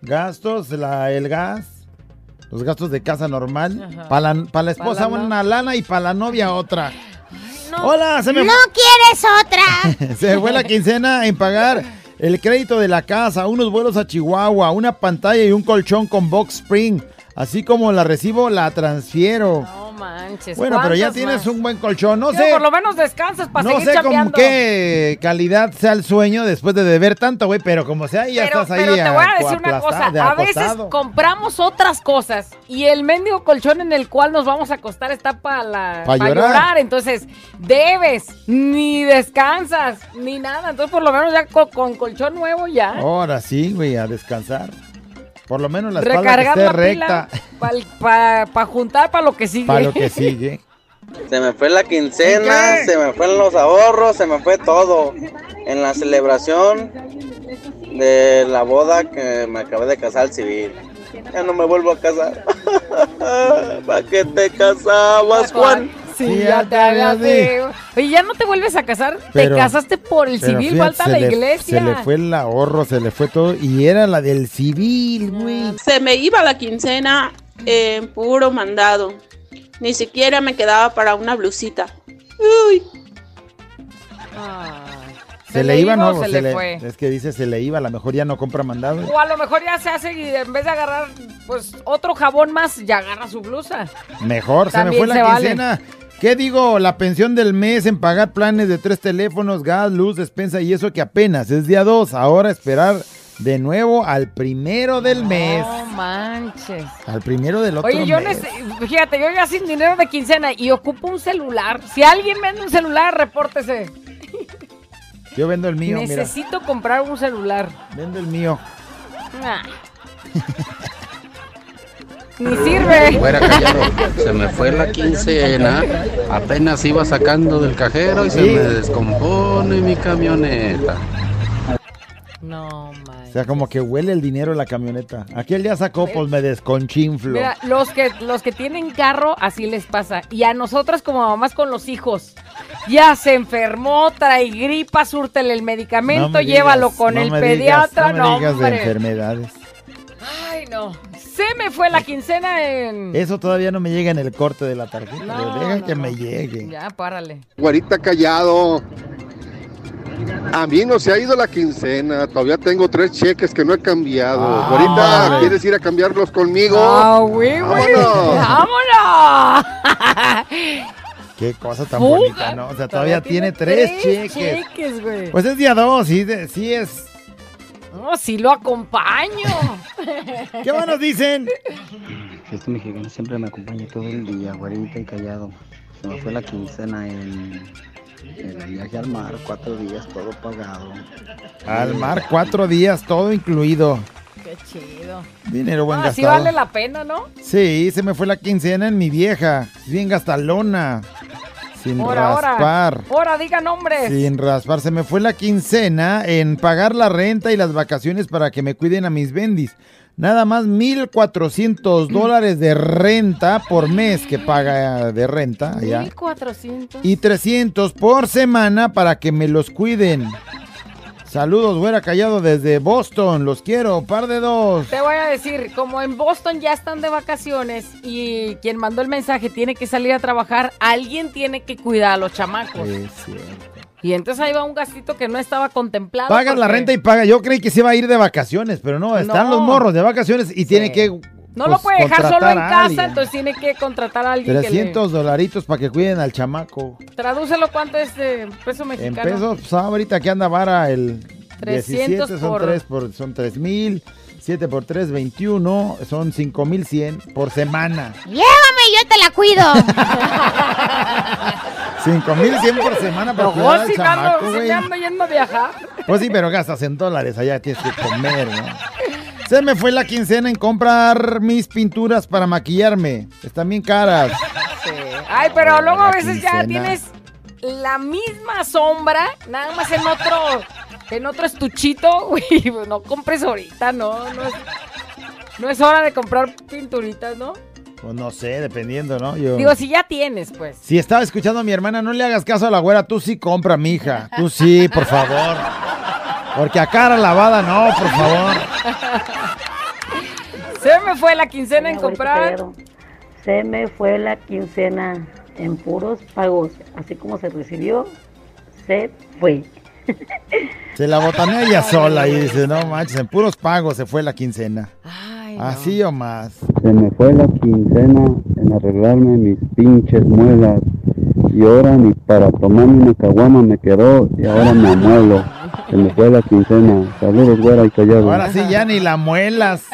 B: Gastos, la, el gas. Los gastos de casa normal. Para la, pa' la esposa
F: Pa' la no-
B: una lana y para la novia otra. Hola, se me
F: No quieres otra.
B: Se fue la quincena en pagar el crédito de la casa, unos vuelos a Chihuahua, una pantalla y un colchón con box spring. Así como la recibo, la transfiero.
C: No manches.
B: bueno, pero ya
C: Pues, ¿cuántas
B: tienes
C: más?
B: un buen colchón. No
C: Digo,
B: sé,
C: Por lo menos descansas para
B: no
C: seguir
B: sé con
C: chambeando.
B: qué calidad sea el sueño después de deber tanto, güey, pero como sea, ya
C: pero,
B: estás ahí.
C: pero te voy a
B: aplastado,
C: decir una cosa,
B: de
C: a veces
B: acostado.
C: compramos otras cosas y el mendigo colchón en el cual nos vamos a acostar está para la
B: Pa'
C: pa'
B: llorar.
C: entonces debes, ni descansas, ni nada, entonces por lo menos ya co- con, colchón nuevo ya.
B: Ahora sí, güey, a descansar. Por lo menos Oh, la espalda que
C: Recargar
B: esté
C: la
B: recta.
C: pila para juntar para lo que sigue.
B: Para lo que sigue.
U: Se me fue la quincena, se me fueron los ahorros, se me fue todo. En la celebración de la boda que me acabé de casar al civil. Ya no me vuelvo a casar. ¿Para qué te casabas, Juan?
C: Sí, ya te hagas de- Oye, ya no te vuelves a casar,
B: Pero-
C: te casaste por el
B: Pero
C: civil,
B: fíjate,
C: falta
B: se
C: la
B: le-
C: iglesia.
B: Se le fue el ahorro, se le fue todo. Y era la del civil,
C: Ah,
B: güey.
V: Se me iba la quincena en puro mandado. Ni siquiera me quedaba para una blusita. Uy.
B: Se, le, iba,
C: iba o
B: no,
C: Ah, se
B: se,
C: le
B: le
C: fue?
B: Es que dice se le iba, a lo mejor ya no compra mandado.
C: O a lo mejor ya se hace y en vez de agarrar pues otro jabón más, ya agarra su blusa.
B: Mejor, se me
C: También
B: fue
C: se
B: la
C: vale.
B: quincena. ¿Qué digo? La pensión del mes en pagar planes de tres teléfonos, gas, luz, despensa y eso que apenas es día dos. Ahora esperar de nuevo al primero del mes.
C: No manches.
B: Al primero del otro
C: Oye, yo
B: mes.
C: nece- fíjate, yo ya sin dinero de quincena y ocupo un celular. Si alguien vende un celular, repórtese.
B: Yo vendo el mío, mira.
C: Necesito comprar un celular.
B: Vendo el mío.
C: Ah. Ni sirve.
W: Fuera callado, se me fue la quincena, apenas iba sacando del cajero y se me descompone mi camioneta.
B: O sea, como que huele el dinero la camioneta. Aquel día sacó, pues me desconchinflo.
C: Mira, los que, los que tienen carro, así les pasa. Y a nosotras como mamás con los hijos. Ya se enfermó, trae gripa, súrtele el
B: No
C: medicamento,
B: me digas,
C: llévalo con
B: no
C: el
B: me
C: pediatra.
B: digas,
C: no,
B: no me digas de
C: hombre.
B: enfermedades.
C: Ay, no. Se me fue la quincena en...
B: Eso todavía no me llega en el corte de la tarjeta.
C: No,
B: Deja
C: no,
B: que
C: no.
B: me llegue.
C: Ya, párale.
X: Guarita callado. A mí no se ha ido la quincena, todavía tengo tres cheques que no he cambiado. Guarita,
B: hombre.
X: ¿quieres ir a cambiarlos conmigo?
C: Ah, güey, güey.
X: Vámonos.
C: ¡Vámonos!
B: Qué cosa tan
C: Fuga.
B: bonita, ¿no? O sea, todavía, tiene, tres, cheques.
C: cheques, güey.
B: Pues es día dos, sí, de- sí es.
C: No, si lo acompaño.
B: ¿Qué más nos dicen?
Y: Este mexicano siempre me acompaña todo el día, güerita y callado. Se me fue la quincena en el viaje al mar, cuatro días, todo pagado.
B: Al mar, cuatro días, todo incluido.
C: Qué chido.
B: Dinero buen
C: Así
B: gastado.
C: Ah, vale la pena, ¿no?
B: Sí, se me fue la quincena en mi vieja. Bien gastalona. Sin
C: Ahora,
B: raspar.
C: ahora. Ahora, digan nombres.
B: Sin raspar, se me fue la quincena en pagar la renta y las vacaciones para que me cuiden a mis bendis. Nada más 1.400
C: Mm.
B: dólares de renta por mes que paga de renta allá.
C: 1400.
B: Y 300 por semana para que me los cuiden. Saludos, güera callado desde Boston. Los quiero, par de dos.
C: Te voy a decir, como en Boston ya están de vacaciones y quien Pues, mandó el mensaje tiene que salir a trabajar, alguien tiene que cuidar a los chamacos.
B: Es cierto.
C: Y entonces ahí va un gastito que no estaba contemplado.
B: Pagas la
C: porque
B: renta y paga. Yo creí que se iba a ir de vacaciones, pero no, están
C: No.
B: los morros de vacaciones y tiene que.
C: No lo
B: pues,
C: puede dejar solo en
B: contratar a
C: casa,
B: alguien.
C: entonces tiene que contratar a alguien que
B: 300 dolaritos para que cuiden al chamaco.
C: le... Tradúcelo cuánto es de peso
B: En
C: mexicano.
B: pesos, pues ahorita que anda vara el
C: 300
B: 17,
C: por-
B: son 3 por, son 3 mil, 7 por 3, 21, son 5 mil 100 por semana.
F: Llévame, yo te la cuido.
B: 5 mil 100 por semana para
C: Pero
B: cuidar Pues
C: vos
B: al
C: si me
B: chamaco,
C: ando, si
B: güey.
C: me ando yendo a viajar.
B: Pues sí, pero gastas en dólares, allá tienes que comer, ¿no? Se me fue la quincena en comprar mis pinturas para maquillarme. Están bien caras.
C: este, Ay, pero luego a veces ya
B: quincena.
C: tienes la misma sombra, nada más en otro, en otro estuchito, güey. pues No compres ahorita, no, no es, no es hora de comprar pinturitas, ¿no?
B: Pues no sé, dependiendo, ¿no? Yo...
C: Digo, si ya tienes, pues.
B: Si estaba escuchando a mi hermana, no le hagas caso a la güera, tú sí compra, mija. Tú sí, por favor. Porque a cara lavada, no, por favor.
C: Se me fue la quincena en
D: Abuelito
C: comprar.
D: Pedro, Se me fue la quincena en puros pagos. Así como se recibió, se fue.
B: Se la botanea ella sola y dice, no manches, en puros pagos se fue la quincena. Así o más.
M: Se me fue la quincena en arreglarme mis pinches muelas. Y ahora ni para tomarme una caguama me quedó y ahora me amuelo. Se me fue la quincena. Saludos, güera y callado.
B: Ahora sí ya ni la muelas.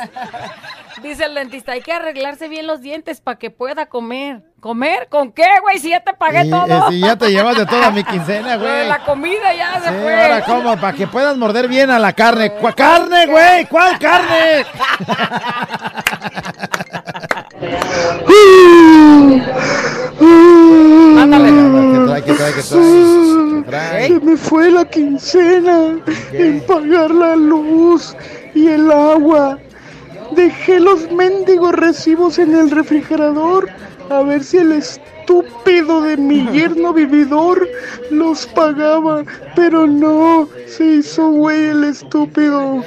C: Dice el dentista, hay que arreglarse bien los dientes para que pueda comer. ¿Comer? ¿Con qué, güey? Si ya te pagué
B: Y, eh,
C: todo.
B: si ya te llevas de toda mi quincena,
C: Lo de
B: güey.
C: la comida ya se
B: Sí,
C: fue.
B: ahora como, para que puedas morder bien a la carne. ¿Cuál carne, güey? ¿Cuál carne?
K: Ándale.
B: que trae, que trae.
K: Se me fue la quincena en pagar la luz y el agua. Dejé los mendigos recibos en el refrigerador a ver si el estúpido de mi yerno vividor los pagaba, pero no, se hizo güey el estúpido.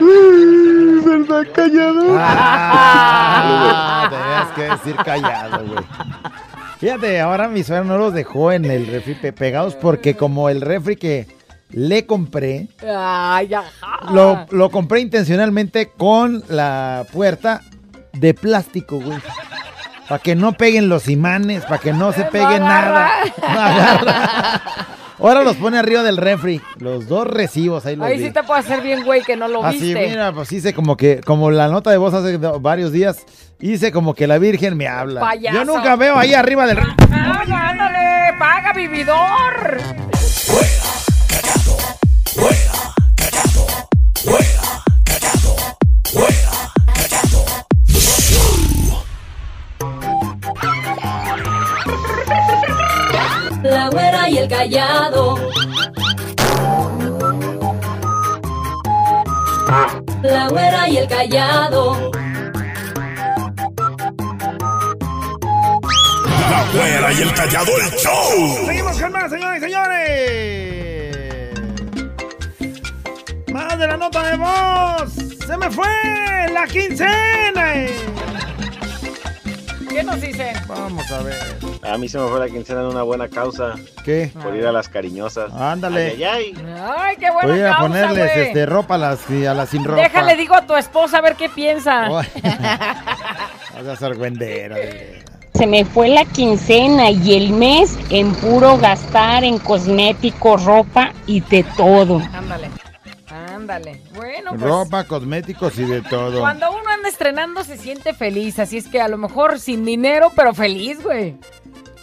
K: Uy, ¿Verdad, callado?
B: Ah, tenías que decir callado, güey. Fíjate, ahora mi suegra no los dejó en el refri pe- pegados porque como el refri que le compré,
C: Ay, ya. Ah.
B: lo, lo compré intencionalmente con la puerta de plástico, güey. Para que no peguen los imanes, para que no se pegue nada. No agarra. Ahora los pone arriba del refri. Los dos recibos, ahí los
C: Ahí
B: vi.
C: sí te puedo hacer bien, güey, que no lo
B: Así,
C: viste.
B: mira, pues hice como que, como la nota de voz hace do- varios días, hice como que la Virgen me habla.
C: Payaso.
B: Yo nunca veo ahí arriba del... re-
C: ¡Paga, Ah, ándale! ¡Paga, vividor!
E: La güera y el callado. La güera y el callado.
G: La güera y el callado, el show.
B: Seguimos con más, señores y señores. Más de la nota de voz. Se me fue la quincena. eh.
C: ¿Qué nos dicen?
B: Vamos a ver.
H: A mí se me fue la quincena en una buena causa.
B: ¿Qué?
H: Por ir a las cariñosas.
B: Ándale.
H: Ay, ay,
C: ¡Ay, qué buena
B: Voy a
C: causa,
B: ponerles
C: güey.
B: este, ropa a las, a las sin ropa. Oh.
C: Déjale, digo a tu esposa a ver qué piensa.
B: Vas a ser güendera. güey.
I: Se me fue la quincena y el mes en puro gastar en cosméticos, ropa y de todo.
C: Ándale. Ándale. Bueno, pues.
B: Ropa, cosméticos y de todo.
C: Cuando uno anda estrenando se siente feliz, así es que a lo mejor sin dinero, pero feliz, güey.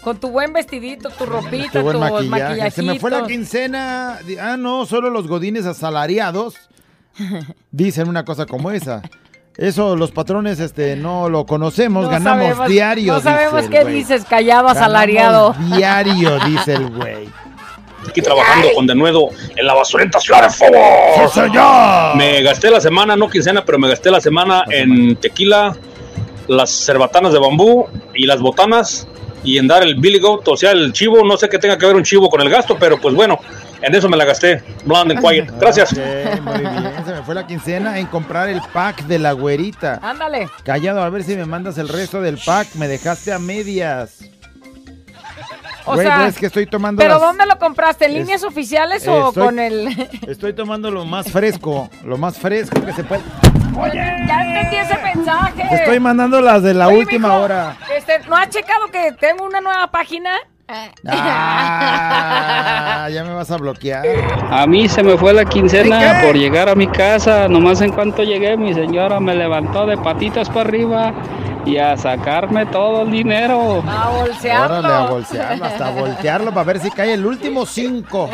C: Con tu buen vestidito, tu ropita,
B: Qué
C: tu
B: buen
C: maquillaje.
B: maquillaje. Se me fue la quincena. Di- Ah, no, solo los godines asalariados dicen una cosa como esa. Eso los patrones este no lo conocemos, ganamos diario.
C: No sabemos
B: dice el
C: qué
B: güey.
C: dices, callado,
B: Ganamos
C: asalariado.
B: Diario, dice el güey.
J: Aquí trabajando con denuedo en la basurenta Ciudad de Fuego.
B: ¡Sí, señor!
J: Me gasté la semana, no quincena, pero me gasté la semana en tequila, las cerbatanas de bambú y las botanas y en dar el Billy Goat, o sea, el chivo. No sé qué tenga que ver un chivo con el gasto, pero pues bueno, en eso me la gasté. Blonde and quiet. Gracias.
B: Ok, muy bien. Se me fue la quincena en comprar el pack de la güerita.
C: Ándale.
B: Callado, a ver si me mandas el resto del pack. Me dejaste a medias.
C: O
B: Güey,
C: sea,
B: no, es que estoy tomando
C: ¿pero
B: las-
C: dónde lo compraste? ¿En
B: Es-
C: líneas oficiales o
B: estoy-
C: con el...?
B: Estoy tomando lo más fresco, lo más fresco que se puede.
C: Ya entendí ese mensaje.
B: Te estoy mandando las de la
C: Oye,
B: última
C: mijo,
B: hora.
C: Este, ¿No has checado que tengo una nueva página?
B: Ah, ya me vas a bloquear.
Z: A mí se me fue la quincena por llegar a mi casa. Nomás en cuanto llegué, mi señora me levantó de patitas para arriba y a sacarme todo el dinero.
C: A bolsearlo.
B: Órale, a bolsearlo, hasta voltearlo para ver si cae el último cinco.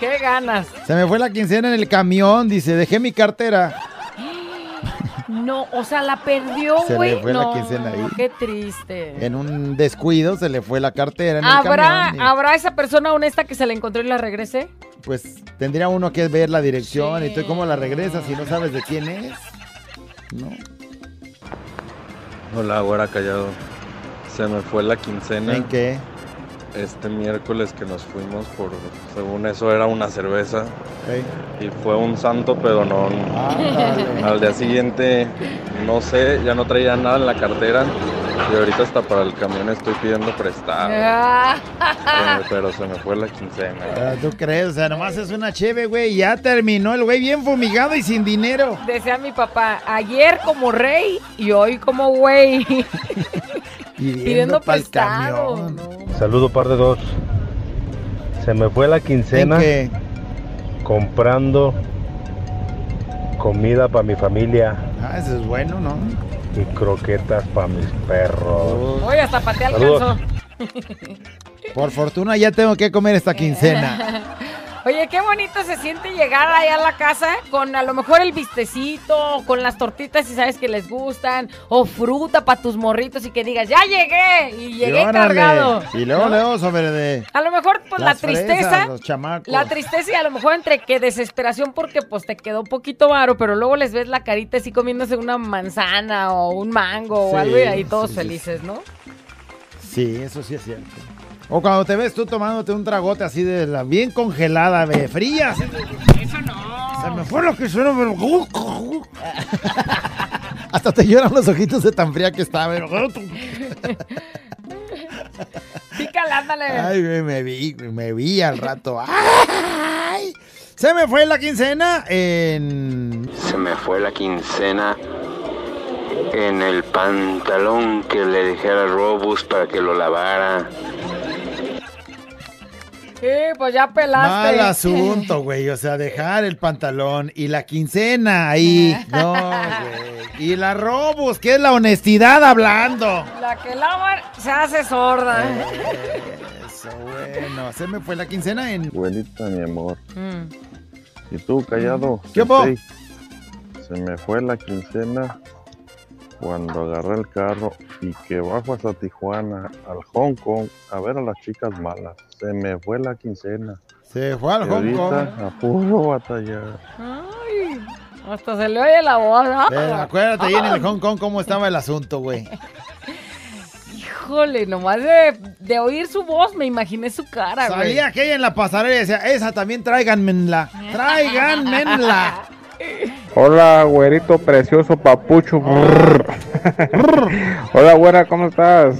C: Qué ganas.
B: Se me fue la quincena en el camión, dice, dejé mi cartera.
C: No, o sea, la perdió,
B: Se le
C: güey.
B: fue la
C: No,
B: quincena ahí.
C: Qué triste.
B: En un descuido se le fue la cartera en el
C: ¿Habrá,
B: camión. y,
C: ¿Habrá esa persona honesta que se la encontró y la regrese?
B: pues tendría uno que ver la dirección y tú cómo la regresas si no sabes de quién es. No.
O: Hola, güera callado. Se me fue la quincena.
B: ¿En qué?
O: Este miércoles que nos fuimos por, según eso era una cerveza. Y fue un santo pedonón. Al día siguiente, no sé, ya no traía nada en la cartera. Y ahorita hasta para el camión estoy pidiendo prestado.
C: Ah,
O: Eh, Pero se me fue la quincena.
B: Ah, ¿Tú crees? O sea, nomás es una cheve, güey. y Ya terminó el güey bien fumigado y sin dinero.
C: Decía mi papá, ayer como rey y hoy como güey. Pidiendo
B: pa'l
C: prestado.
L: Saludo par de dos. Se me fue la quincena comprando comida para mi familia
B: Ah, eso es bueno, ¿no?
L: y croquetas para mis perros.
C: Hoy hasta pateé al
B: Saludos.
C: calzón.
B: Por fortuna ya tengo que comer esta quincena.
C: Oye, qué bonito se siente llegar allá a la casa con a lo mejor el vistecito, con las tortitas si sabes que les gustan, o fruta para tus morritos y que digas, ya llegué, y llegué
B: órale,
C: cargado.
B: Y luego, luego sobre de...
C: A lo mejor pues
B: las
C: la tristeza,
B: fresas, los chamacos.
C: la tristeza y a lo mejor entre que desesperación porque pues te quedó poquito varo, pero luego les ves la carita así comiéndose una manzana o un mango
B: Sí,
C: o algo y ahí todos
B: sí, sí,
C: felices, ¿no?
B: Sí, eso sí es cierto. O cuando te ves tú tomándote un tragote así de la bien congelada, de fría. así. Se me fue lo que suena, pero... Hasta te lloran los ojitos de tan fría que está, pero...
C: Pícale, ándale.
B: Ay, güey, me vi, me vi al rato. ¡Ay! Se me fue la quincena en...
P: Se me fue la quincena en el pantalón que le dejara Robus para que lo lavara.
C: Sí, pues ya pelaste.
B: Mal asunto, güey. O sea, dejar el pantalón y la quincena ahí. No, güey. Y la robos, que es la honestidad hablando.
C: La que lava se hace sorda.
B: Eh, Eso, bueno. Se me fue la quincena en.
Q: Abuelita, mi amor.
C: Mm.
Q: ¿Y tú, callado?
B: ¿Qué hubo?
Q: Sensei, Se me fue la quincena cuando agarré el carro y que bajo hasta Tijuana, al Hong Kong, a ver a las chicas malas. Se me fue la quincena.
B: Se fue
Q: Y
B: al Hong Kong.
Q: ahorita, a puro batallar.
C: Ay, hasta se le oye la voz. ¿no?
B: Eh, acuérdate ahí en el Hong Kong cómo estaba el asunto, güey.
C: Híjole, nomás de, de oír su voz me imaginé su cara, güey.
B: Salía aquella en la pasarela y decía, esa también tráiganmenla. Tráiganmenla.
R: Hola, güerito precioso papucho. Brr. Hola, güera, ¿cómo estás?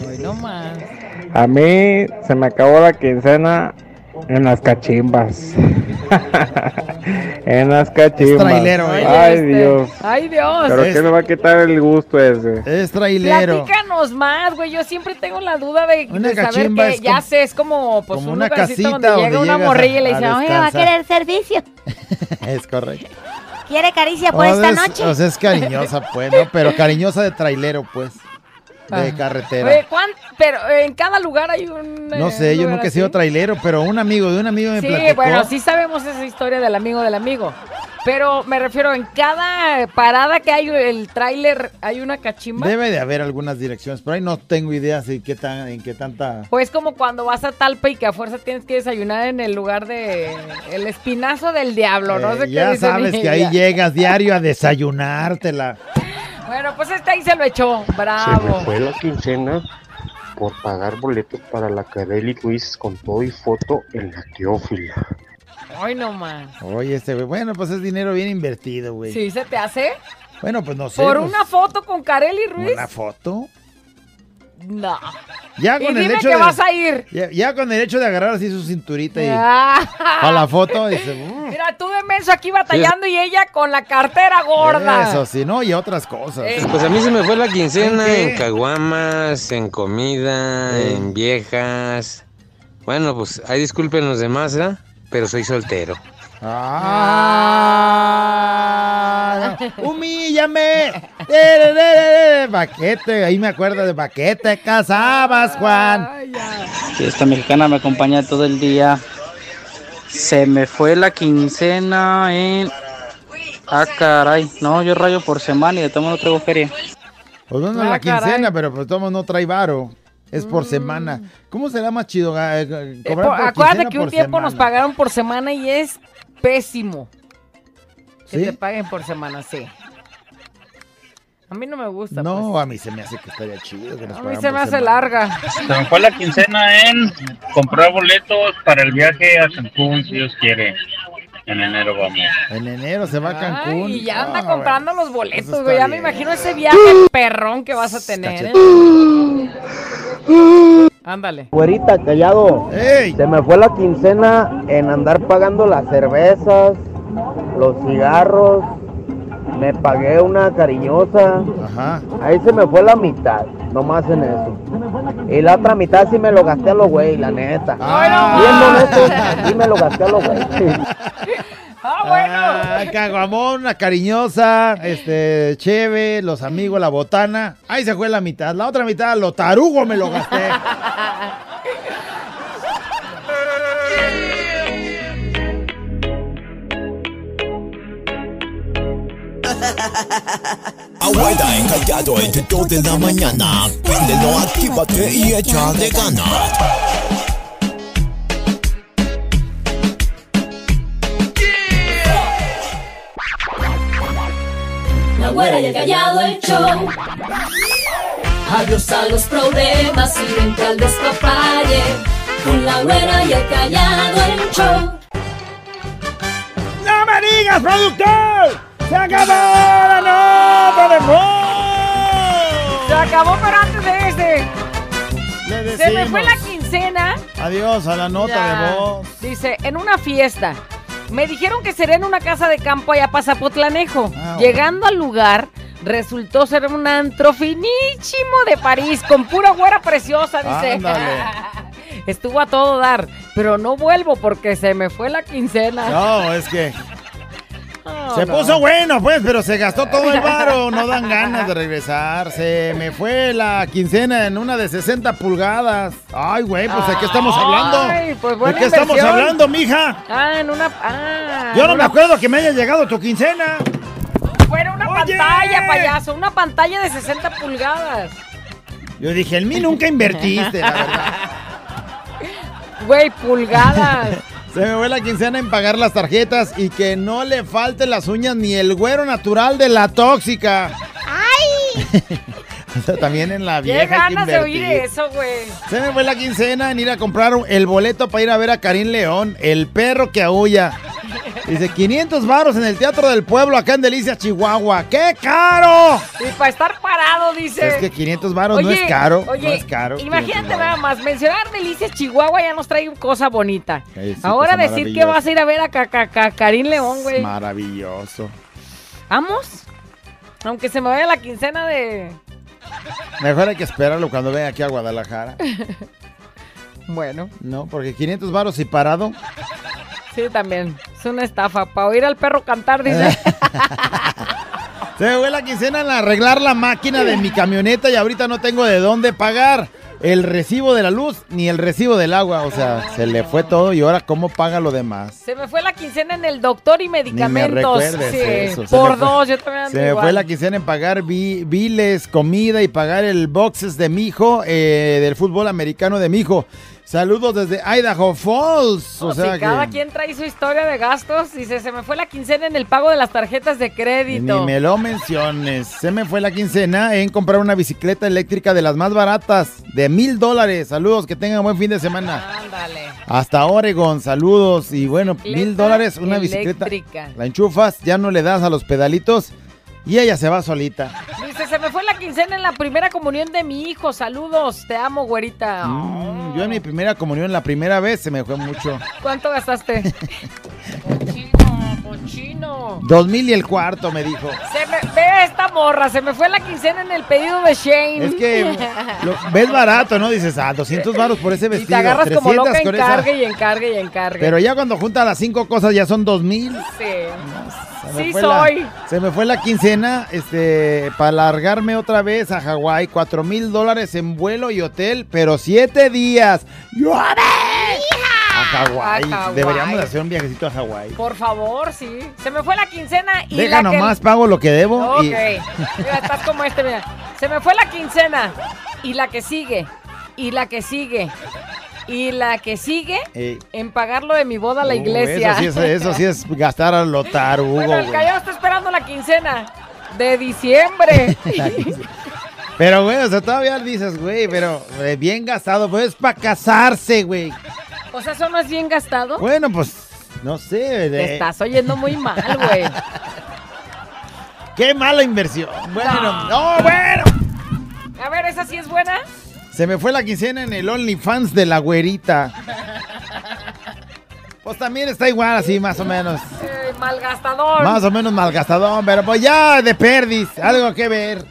R: A mí se me acabó la quincena en las cachimbas. en las cachimbas.
B: trailero, ¿eh?
R: Ay,
B: Este,
R: Dios.
C: Ay, Dios.
R: ¿Pero qué me va a quitar el gusto ese?
B: Es
C: Platícanos más, güey. Yo siempre tengo la duda de,
R: Una
C: de saber
R: cachimba
C: que
R: es
C: ya
R: como-
C: sé, es como, pues,
B: como
C: un
B: una
C: lugarcito
B: casita
C: donde
B: donde
C: llega una
B: llegas a-
C: morrilla y le
B: a
C: dice, oye,
F: Va a
B: descansar.
F: querer servicio.
B: Es correcto.
F: Quiere caricia por esta
B: O sea, es-
F: noche.
B: O sea, es cariñosa, pues, ¿no? Pero cariñosa de trailero, pues. De
C: Ajá.
B: carretera.
C: Ah. oye, ¿cuán- Pero eh, en cada lugar hay un.
B: No
C: eh,
B: sé, yo
C: lugar
B: nunca he
C: así?
B: sido trailero, pero un amigo de un amigo me
C: Sí,
B: platicó.
C: bueno, sí sabemos esa historia del amigo del amigo. Pero me refiero, en cada parada que hay el tráiler, hay una cachimba.
B: Debe de haber algunas direcciones, pero ahí no tengo idea de qué tan, en qué tanta.
C: O es como cuando vas a Talpa y que a fuerza tienes que desayunar en el lugar de el espinazo del diablo, no
B: Eh,
C: sé qué
B: ya
C: dicen
B: sabes que ahí
C: ella.
B: llegas diario a desayunártela.
C: Bueno, pues este ahí se lo echó,
S: Se me
C: bravo.
I: pues.
S: fue la quincena por pagar boletos para la Carelli Quiz con todo y foto en la teófila.
C: Ay, no más.
B: Oye, este güey, bueno, pues es dinero bien invertido, güey.
C: Sí, se te hace.
B: Bueno, pues no sé.
C: Por
B: pues,
C: una foto con Carelli Ruiz.
B: ¿Una foto?
C: No.
B: Ya
C: Y
B: con el
C: dime
B: hecho
C: que
B: de,
C: vas a ir.
B: Ya, ya con el hecho de agarrar así su cinturita y
C: Ah.
B: a la foto, dice, "Mm,
C: Mira, tú de menso aquí batallando y ella con la cartera gorda. Eh.
B: eso sí, ¿no? Y otras cosas.
A: Pues a mí se me fue la quincena
B: ¿En qué?
A: en caguamas, en comida, en viejas. Bueno, pues ahí disculpen los demás, ¿verdad? Pero soy soltero.
B: Ah, no. humíllame. De, de, de, de, de. Baquete, ahí me acuerdo de Baquete, casabas, Juan.
N: Fiesta mexicana me acompaña todo el día. Se me fue la quincena en. Ah, caray. No, yo rayo por semana y de todo modo no traigo feria.
B: Pues bueno,
N: Ah,
B: la
N: caray.
B: quincena, pero pues todo no trae varo. Es por semana. ¿Cómo será más chido? ga- eh,
C: Mm. Eh,
B: cobrar
C: por-
B: por
C: acuérdate
B: quincena
C: que un
B: por
C: tiempo nos
B: semana?
C: pagaron por semana y es pésimo que
B: ¿Sí?
C: te paguen por semana, sí. A mí no me gusta.
B: No, a mí se me hace que estaría chido. Que nos
C: pues. A mí
B: pagaran
C: se
B: por
C: me hace
B: semana.
C: larga.
T: Se me fue la quincena en comprar boletos para el viaje a Cancún, si Dios quiere. En enero vamos.
B: En enero se va a Cancún.
C: Ay, y ya anda
B: Ah,
C: comprando los boletos, güey.
B: está
C: Ya me
B: bien.
C: imagino ese viaje perrón que vas a tener. ¿eh? Ándale.
U: Güerita, callado. Se me fue la quincena en andar pagando las cervezas, los cigarros. Me pagué una cariñosa. Ahí se me fue la mitad, nomás en eso. Y la otra mitad sí me lo gasté a los güey, la neta.
B: Ah.
U: Bien honesto, sí me lo gasté a los güey.
C: Ah, bueno.
B: caguamón, la cariñosa, este, cheve, los amigos, la botana. Ahí se fue la mitad. La otra mitad, lo tarugo me lo gasté.
G: Abuela encallado el show de la mañana. Prendelo, actívate y échale ganas.
E: La güera y el callado, el show. Adiós a los problemas y vente al despapalle. Con la güera y el callado, el show.
B: ¡No me digas, productor! ¡Se acabó la nota de
C: Se acabó, pero antes de ese.
B: Le
C: Se me fue la
B: decimos
C: quincena.
B: Adiós a la nota
C: Ya.
B: de voz.
C: Dice, en una fiesta. Me dijeron que sería en una casa de campo allá para Zapotlanejo.
B: Ah,
C: Llegando al lugar, resultó ser un antro finísimo de París, con pura güera preciosa, dice. Estuvo a todo dar, pero no vuelvo porque se me fue la quincena.
B: No, es que
C: No,
B: se
C: no.
B: puso bueno, pues, pero se gastó todo el varo. No dan ganas de regresar. Se me fue la quincena en una de 60 pulgadas. Ay, güey, pues, ¿de qué estamos hablando?
C: Ay, pues,
B: ¿De
C: buena
B: qué estamos
C: inversión.
B: hablando, mija?
C: Ah, en una... Ah,
B: Yo no
C: en
B: me
C: una-
B: acuerdo que me haya llegado tu quincena.
C: Fuera una pantalla, payaso, una pantalla de 60 pulgadas.
B: Yo dije, en mí nunca invertiste, la verdad.
C: Güey, pulgadas.
B: Se me fue la quincena en pagar las tarjetas y que no le falten las uñas ni el güero natural de la tóxica. ¡Ay! También en la vieja.
C: Qué
B: hay que
C: ganas de oír
B: invertir.
C: eso, güey.
B: Se me fue la quincena en ir a comprar un- el boleto para ir a ver a Karim León, el perro que aúlla. Dice, 500 varos en el Teatro del Pueblo, acá en Delicia, Chihuahua. ¡Qué caro!
C: Y para estar parado, dice.
B: Es que 500 varos no es caro. no es caro.
C: Imagínate
B: 500
C: nada más, mencionar Delicias Chihuahua ya nos trae cosa bonita.
B: Callecita,
C: Ahora
B: está
C: decir que
B: maravilloso.
C: vas a ir a ver a Ca- Ca- Ca- Karim León,
B: varos.
C: güey.
B: Maravilloso.
C: Vamos. Aunque se me vaya la quincena de.
B: Mejor hay que esperarlo cuando venga aquí a Guadalajara.
C: Bueno,
B: No, porque 500 varos y parado.
C: sí, también. Es una estafa. Para oír al perro cantar, dice.
B: Se me fue la quincena en arreglar la máquina de mi camioneta y ahorita no tengo de dónde pagar el recibo de la luz ni el recibo del agua. O sea, se le fue todo y ahora cómo paga lo demás.
C: se me fue la quincena en el doctor y
B: Ni me
C: medicamentos.
B: recuerdes
C: Sí,
B: eso. Se
C: Por
B: me fue-
C: dos, yo también ando
B: Se me
C: igual.
B: fue la quincena en pagar vi- biles, comida y pagar el boxes de mi hijo eh, del fútbol americano de mi hijo. Saludos desde Idaho Falls.
C: No,
B: o sea
C: si Oh, cada
B: que
C: quien trae su historia de gastos, dice, se me fue la quincena en el pago de las tarjetas de crédito.
B: Ni me lo menciones. Se me fue la quincena en comprar una bicicleta eléctrica de las más baratas, de mil dólares. Saludos, que tengan buen fin de semana.
C: Ándale.
B: Hasta Oregon, saludos. Y bueno, mil dólares, una bicicleta.
C: eléctrica.
B: La enchufas, ya no le das a los pedalitos Y ella se va solita.
C: Dice, se me fue la quincena en la primera comunión de mi hijo. Saludos, te amo, güerita.
B: Mm, yo en mi primera comunión, la primera vez, se me fue mucho.
C: ¿Cuánto gastaste? cochino, cochino.
B: Dos mil y el cuarto, me dijo.
C: Se me, ve esta morra, se me fue la quincena en el pedido de Shane.
B: Es que lo- ves barato, ¿no? Dices, ah, 200 varos por ese
C: y
B: vestido.
C: te agarras como
B: 300
C: loca,
B: con esa.
C: encargue y encargue y encargue.
B: Pero ya cuando junta las cinco cosas ya son dos mil.
C: Sí,
B: Se me
C: sí
B: fue la-
C: soy.
B: se me fue la quincena, este, para largarme otra vez a Hawái, cuatro mil dólares en vuelo y hotel, pero siete días. ¡Lloré! A Hawái.
C: A Hawái.
B: Deberíamos de hacer un viajecito a Hawái.
C: Por favor, sí. Se me fue la quincena y
B: Deja
C: la que-
B: nomás, pago lo que debo.
C: Ok.
B: y-
C: Mira, estás como este, mira. Se me fue la quincena. Y la que sigue. Y la que sigue. Y la que sigue
B: Ey.
C: en pagar lo de mi boda a la
B: Uh,
C: iglesia.
B: Eso sí, es, eso sí es gastar a lo tarugo,
C: Bueno, el
B: güey.
C: Callao está esperando la quincena de diciembre.
B: Pero, güey, o sea, todavía dices, güey, pero eh, bien gastado, pues es para casarse, güey.
C: o sea, eso no es bien gastado.
B: Bueno, pues, no sé.
C: Te
B: eh,
C: estás oyendo muy mal, güey.
B: Qué mala inversión. Bueno, no, bueno.
C: A ver, esa sí es buena.
B: Se me fue la quincena en el OnlyFans de la güerita. Pues también está igual así, más o menos.
C: Eh, malgastador.
B: Más o menos malgastadón, pero pues ya de perdis, algo que ver.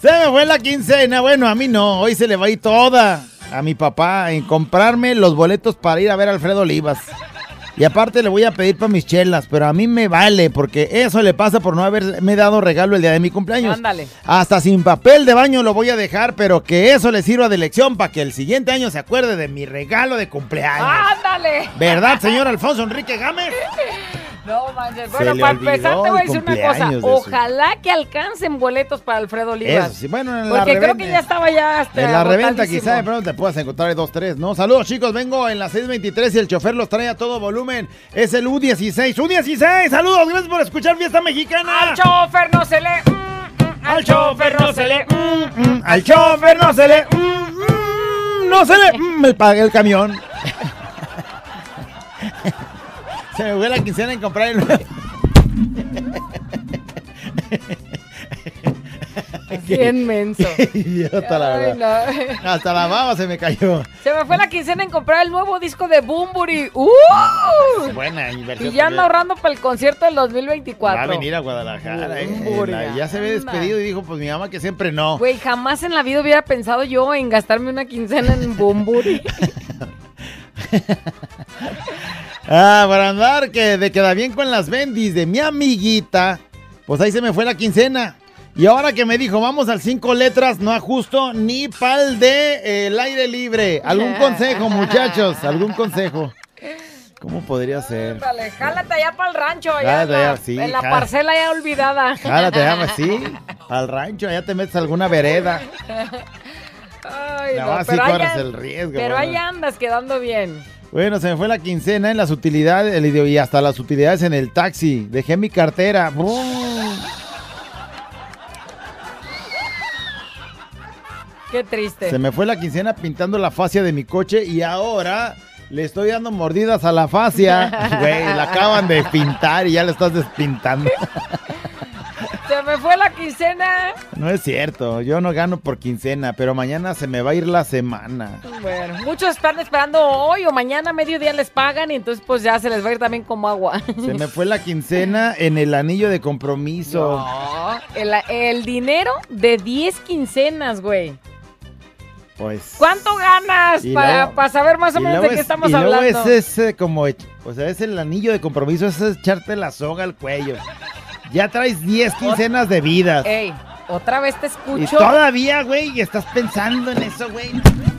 B: Se me fue la quincena, bueno, a mí no, hoy se le va a ir toda a mi papá en comprarme los boletos para ir a ver a Alfredo Olivas. Y aparte le voy a pedir para mis chelas, pero a mí me vale, porque eso le pasa por no haberme dado regalo el día de mi cumpleaños.
C: Ándale.
B: Hasta sin papel de baño lo voy a dejar, pero que eso le sirva de lección para que el siguiente año se acuerde de mi regalo de cumpleaños.
C: Ah. ¡Ándale!
B: ¿Verdad, señor Alfonso Enrique Gámez?
C: No manches.
B: Se
C: Bueno,
B: le
C: para
B: olvidó
C: empezar, te voy a
B: el
C: decir una cosa.
B: cumpleaños de su-
C: Ojalá que alcancen boletos para Alfredo Olivas.
B: Eso sí, bueno, en la
C: pues. Porque creo
B: reventa.
C: que ya estaba ya hasta.
B: En la reventa
C: agotadísimo.
B: quizá de pronto te puedas encontrar dos, tres, ¿no? Saludos chicos, vengo en las 6.23 y el chofer los trae a todo volumen. Es el U16, U16, saludos, gracias por escuchar Fiesta Mexicana.
C: Al chofer no se le. mm, mm, al chofer no se le.
B: Mm, mm, al chofer no se le... mm, mm, no se le... mm, me pagué el camión. se me fue la quincena en comprar el... nuevo-
C: Bien menso.
B: Qué Idiota, la
C: Ay,
B: verdad.
C: no.
B: Hasta la baba se me cayó.
C: Se me fue la quincena en comprar el nuevo disco de Bumburi. ¡Uh!
B: Buena inversión.
C: Y ya ando
B: también.
C: ahorrando para el concierto del 2024.
B: Va a venir a Guadalajara. eh,
C: Hombre,
B: en la- ya se había
C: anda.
B: despedido y dijo, pues mi mamá que siempre no.
C: Güey, jamás en la vida hubiera pensado yo en gastarme una quincena en Bumburi.
B: Ah, para andar que de queda bien con las bendis de mi amiguita, pues ahí se me fue la quincena. Y ahora que me dijo, vamos al cinco letras, no ajusto ni pal de eh, el aire libre. ¿Algún consejo, muchachos? ¿Algún consejo? ¿Cómo podría ser?
C: Ándale, jálate allá para el rancho, allá en
B: Jálate
C: la,
B: allá, sí,
C: en la
B: jala.
C: parcela ya olvidada.
B: Ahora te llamas así, al rancho, allá te metes a alguna vereda.
C: Ay,
B: No,
C: no,
B: así
C: pero ahí
B: corres
C: an-
B: el riesgo,
C: Pero
B: ¿verdad?
C: ahí andas quedando bien.
B: Bueno, se me fue la quincena en las utilidades, el idio- y hasta las utilidades en el taxi. Dejé mi cartera. Brum.
C: Qué triste.
B: Se me fue la quincena pintando la fascia de mi coche y ahora le estoy dando mordidas a la fascia. Güey, la acaban de pintar y ya la estás despintando.
C: Se me fue la quincena.
B: No es cierto, yo no gano por quincena, pero mañana se me va a ir la semana.
C: Bueno, muchos están esperando hoy o mañana, mediodía les pagan y entonces pues ya se les va a ir también como agua.
B: Se me fue la quincena en el anillo de compromiso.
C: No, el, el dinero de 10 quincenas, güey.
B: Pues.
C: ¿Cuánto ganas
B: Y
C: para
B: luego-
C: saber más o
B: y
C: menos de
B: luego
C: qué
B: es-
C: estamos
B: y luego
C: hablando?
B: es ese como, ech- o sea, es el anillo de compromiso, es echarte la soga al cuello. Ya traes 10 quincenas de vidas.
C: Ey, otra vez te escucho.
B: Y todavía, güey, y estás pensando en eso, güey.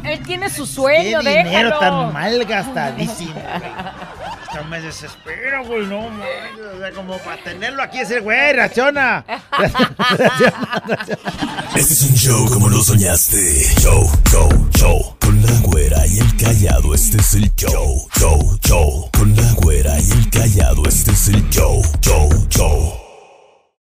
C: Él tiene su
B: Qué
C: sueño,
B: dinero
C: déjalo.
B: tan mal gastadísimo, güey. Hasta me desespero, güey, no, mames, o sea, como para tenerlo aquí ese güey, rachona.
G: Este es un show como lo soñaste. Show, show, show. Con la güera y el callado. Este es el show, show, show. Con la güera y el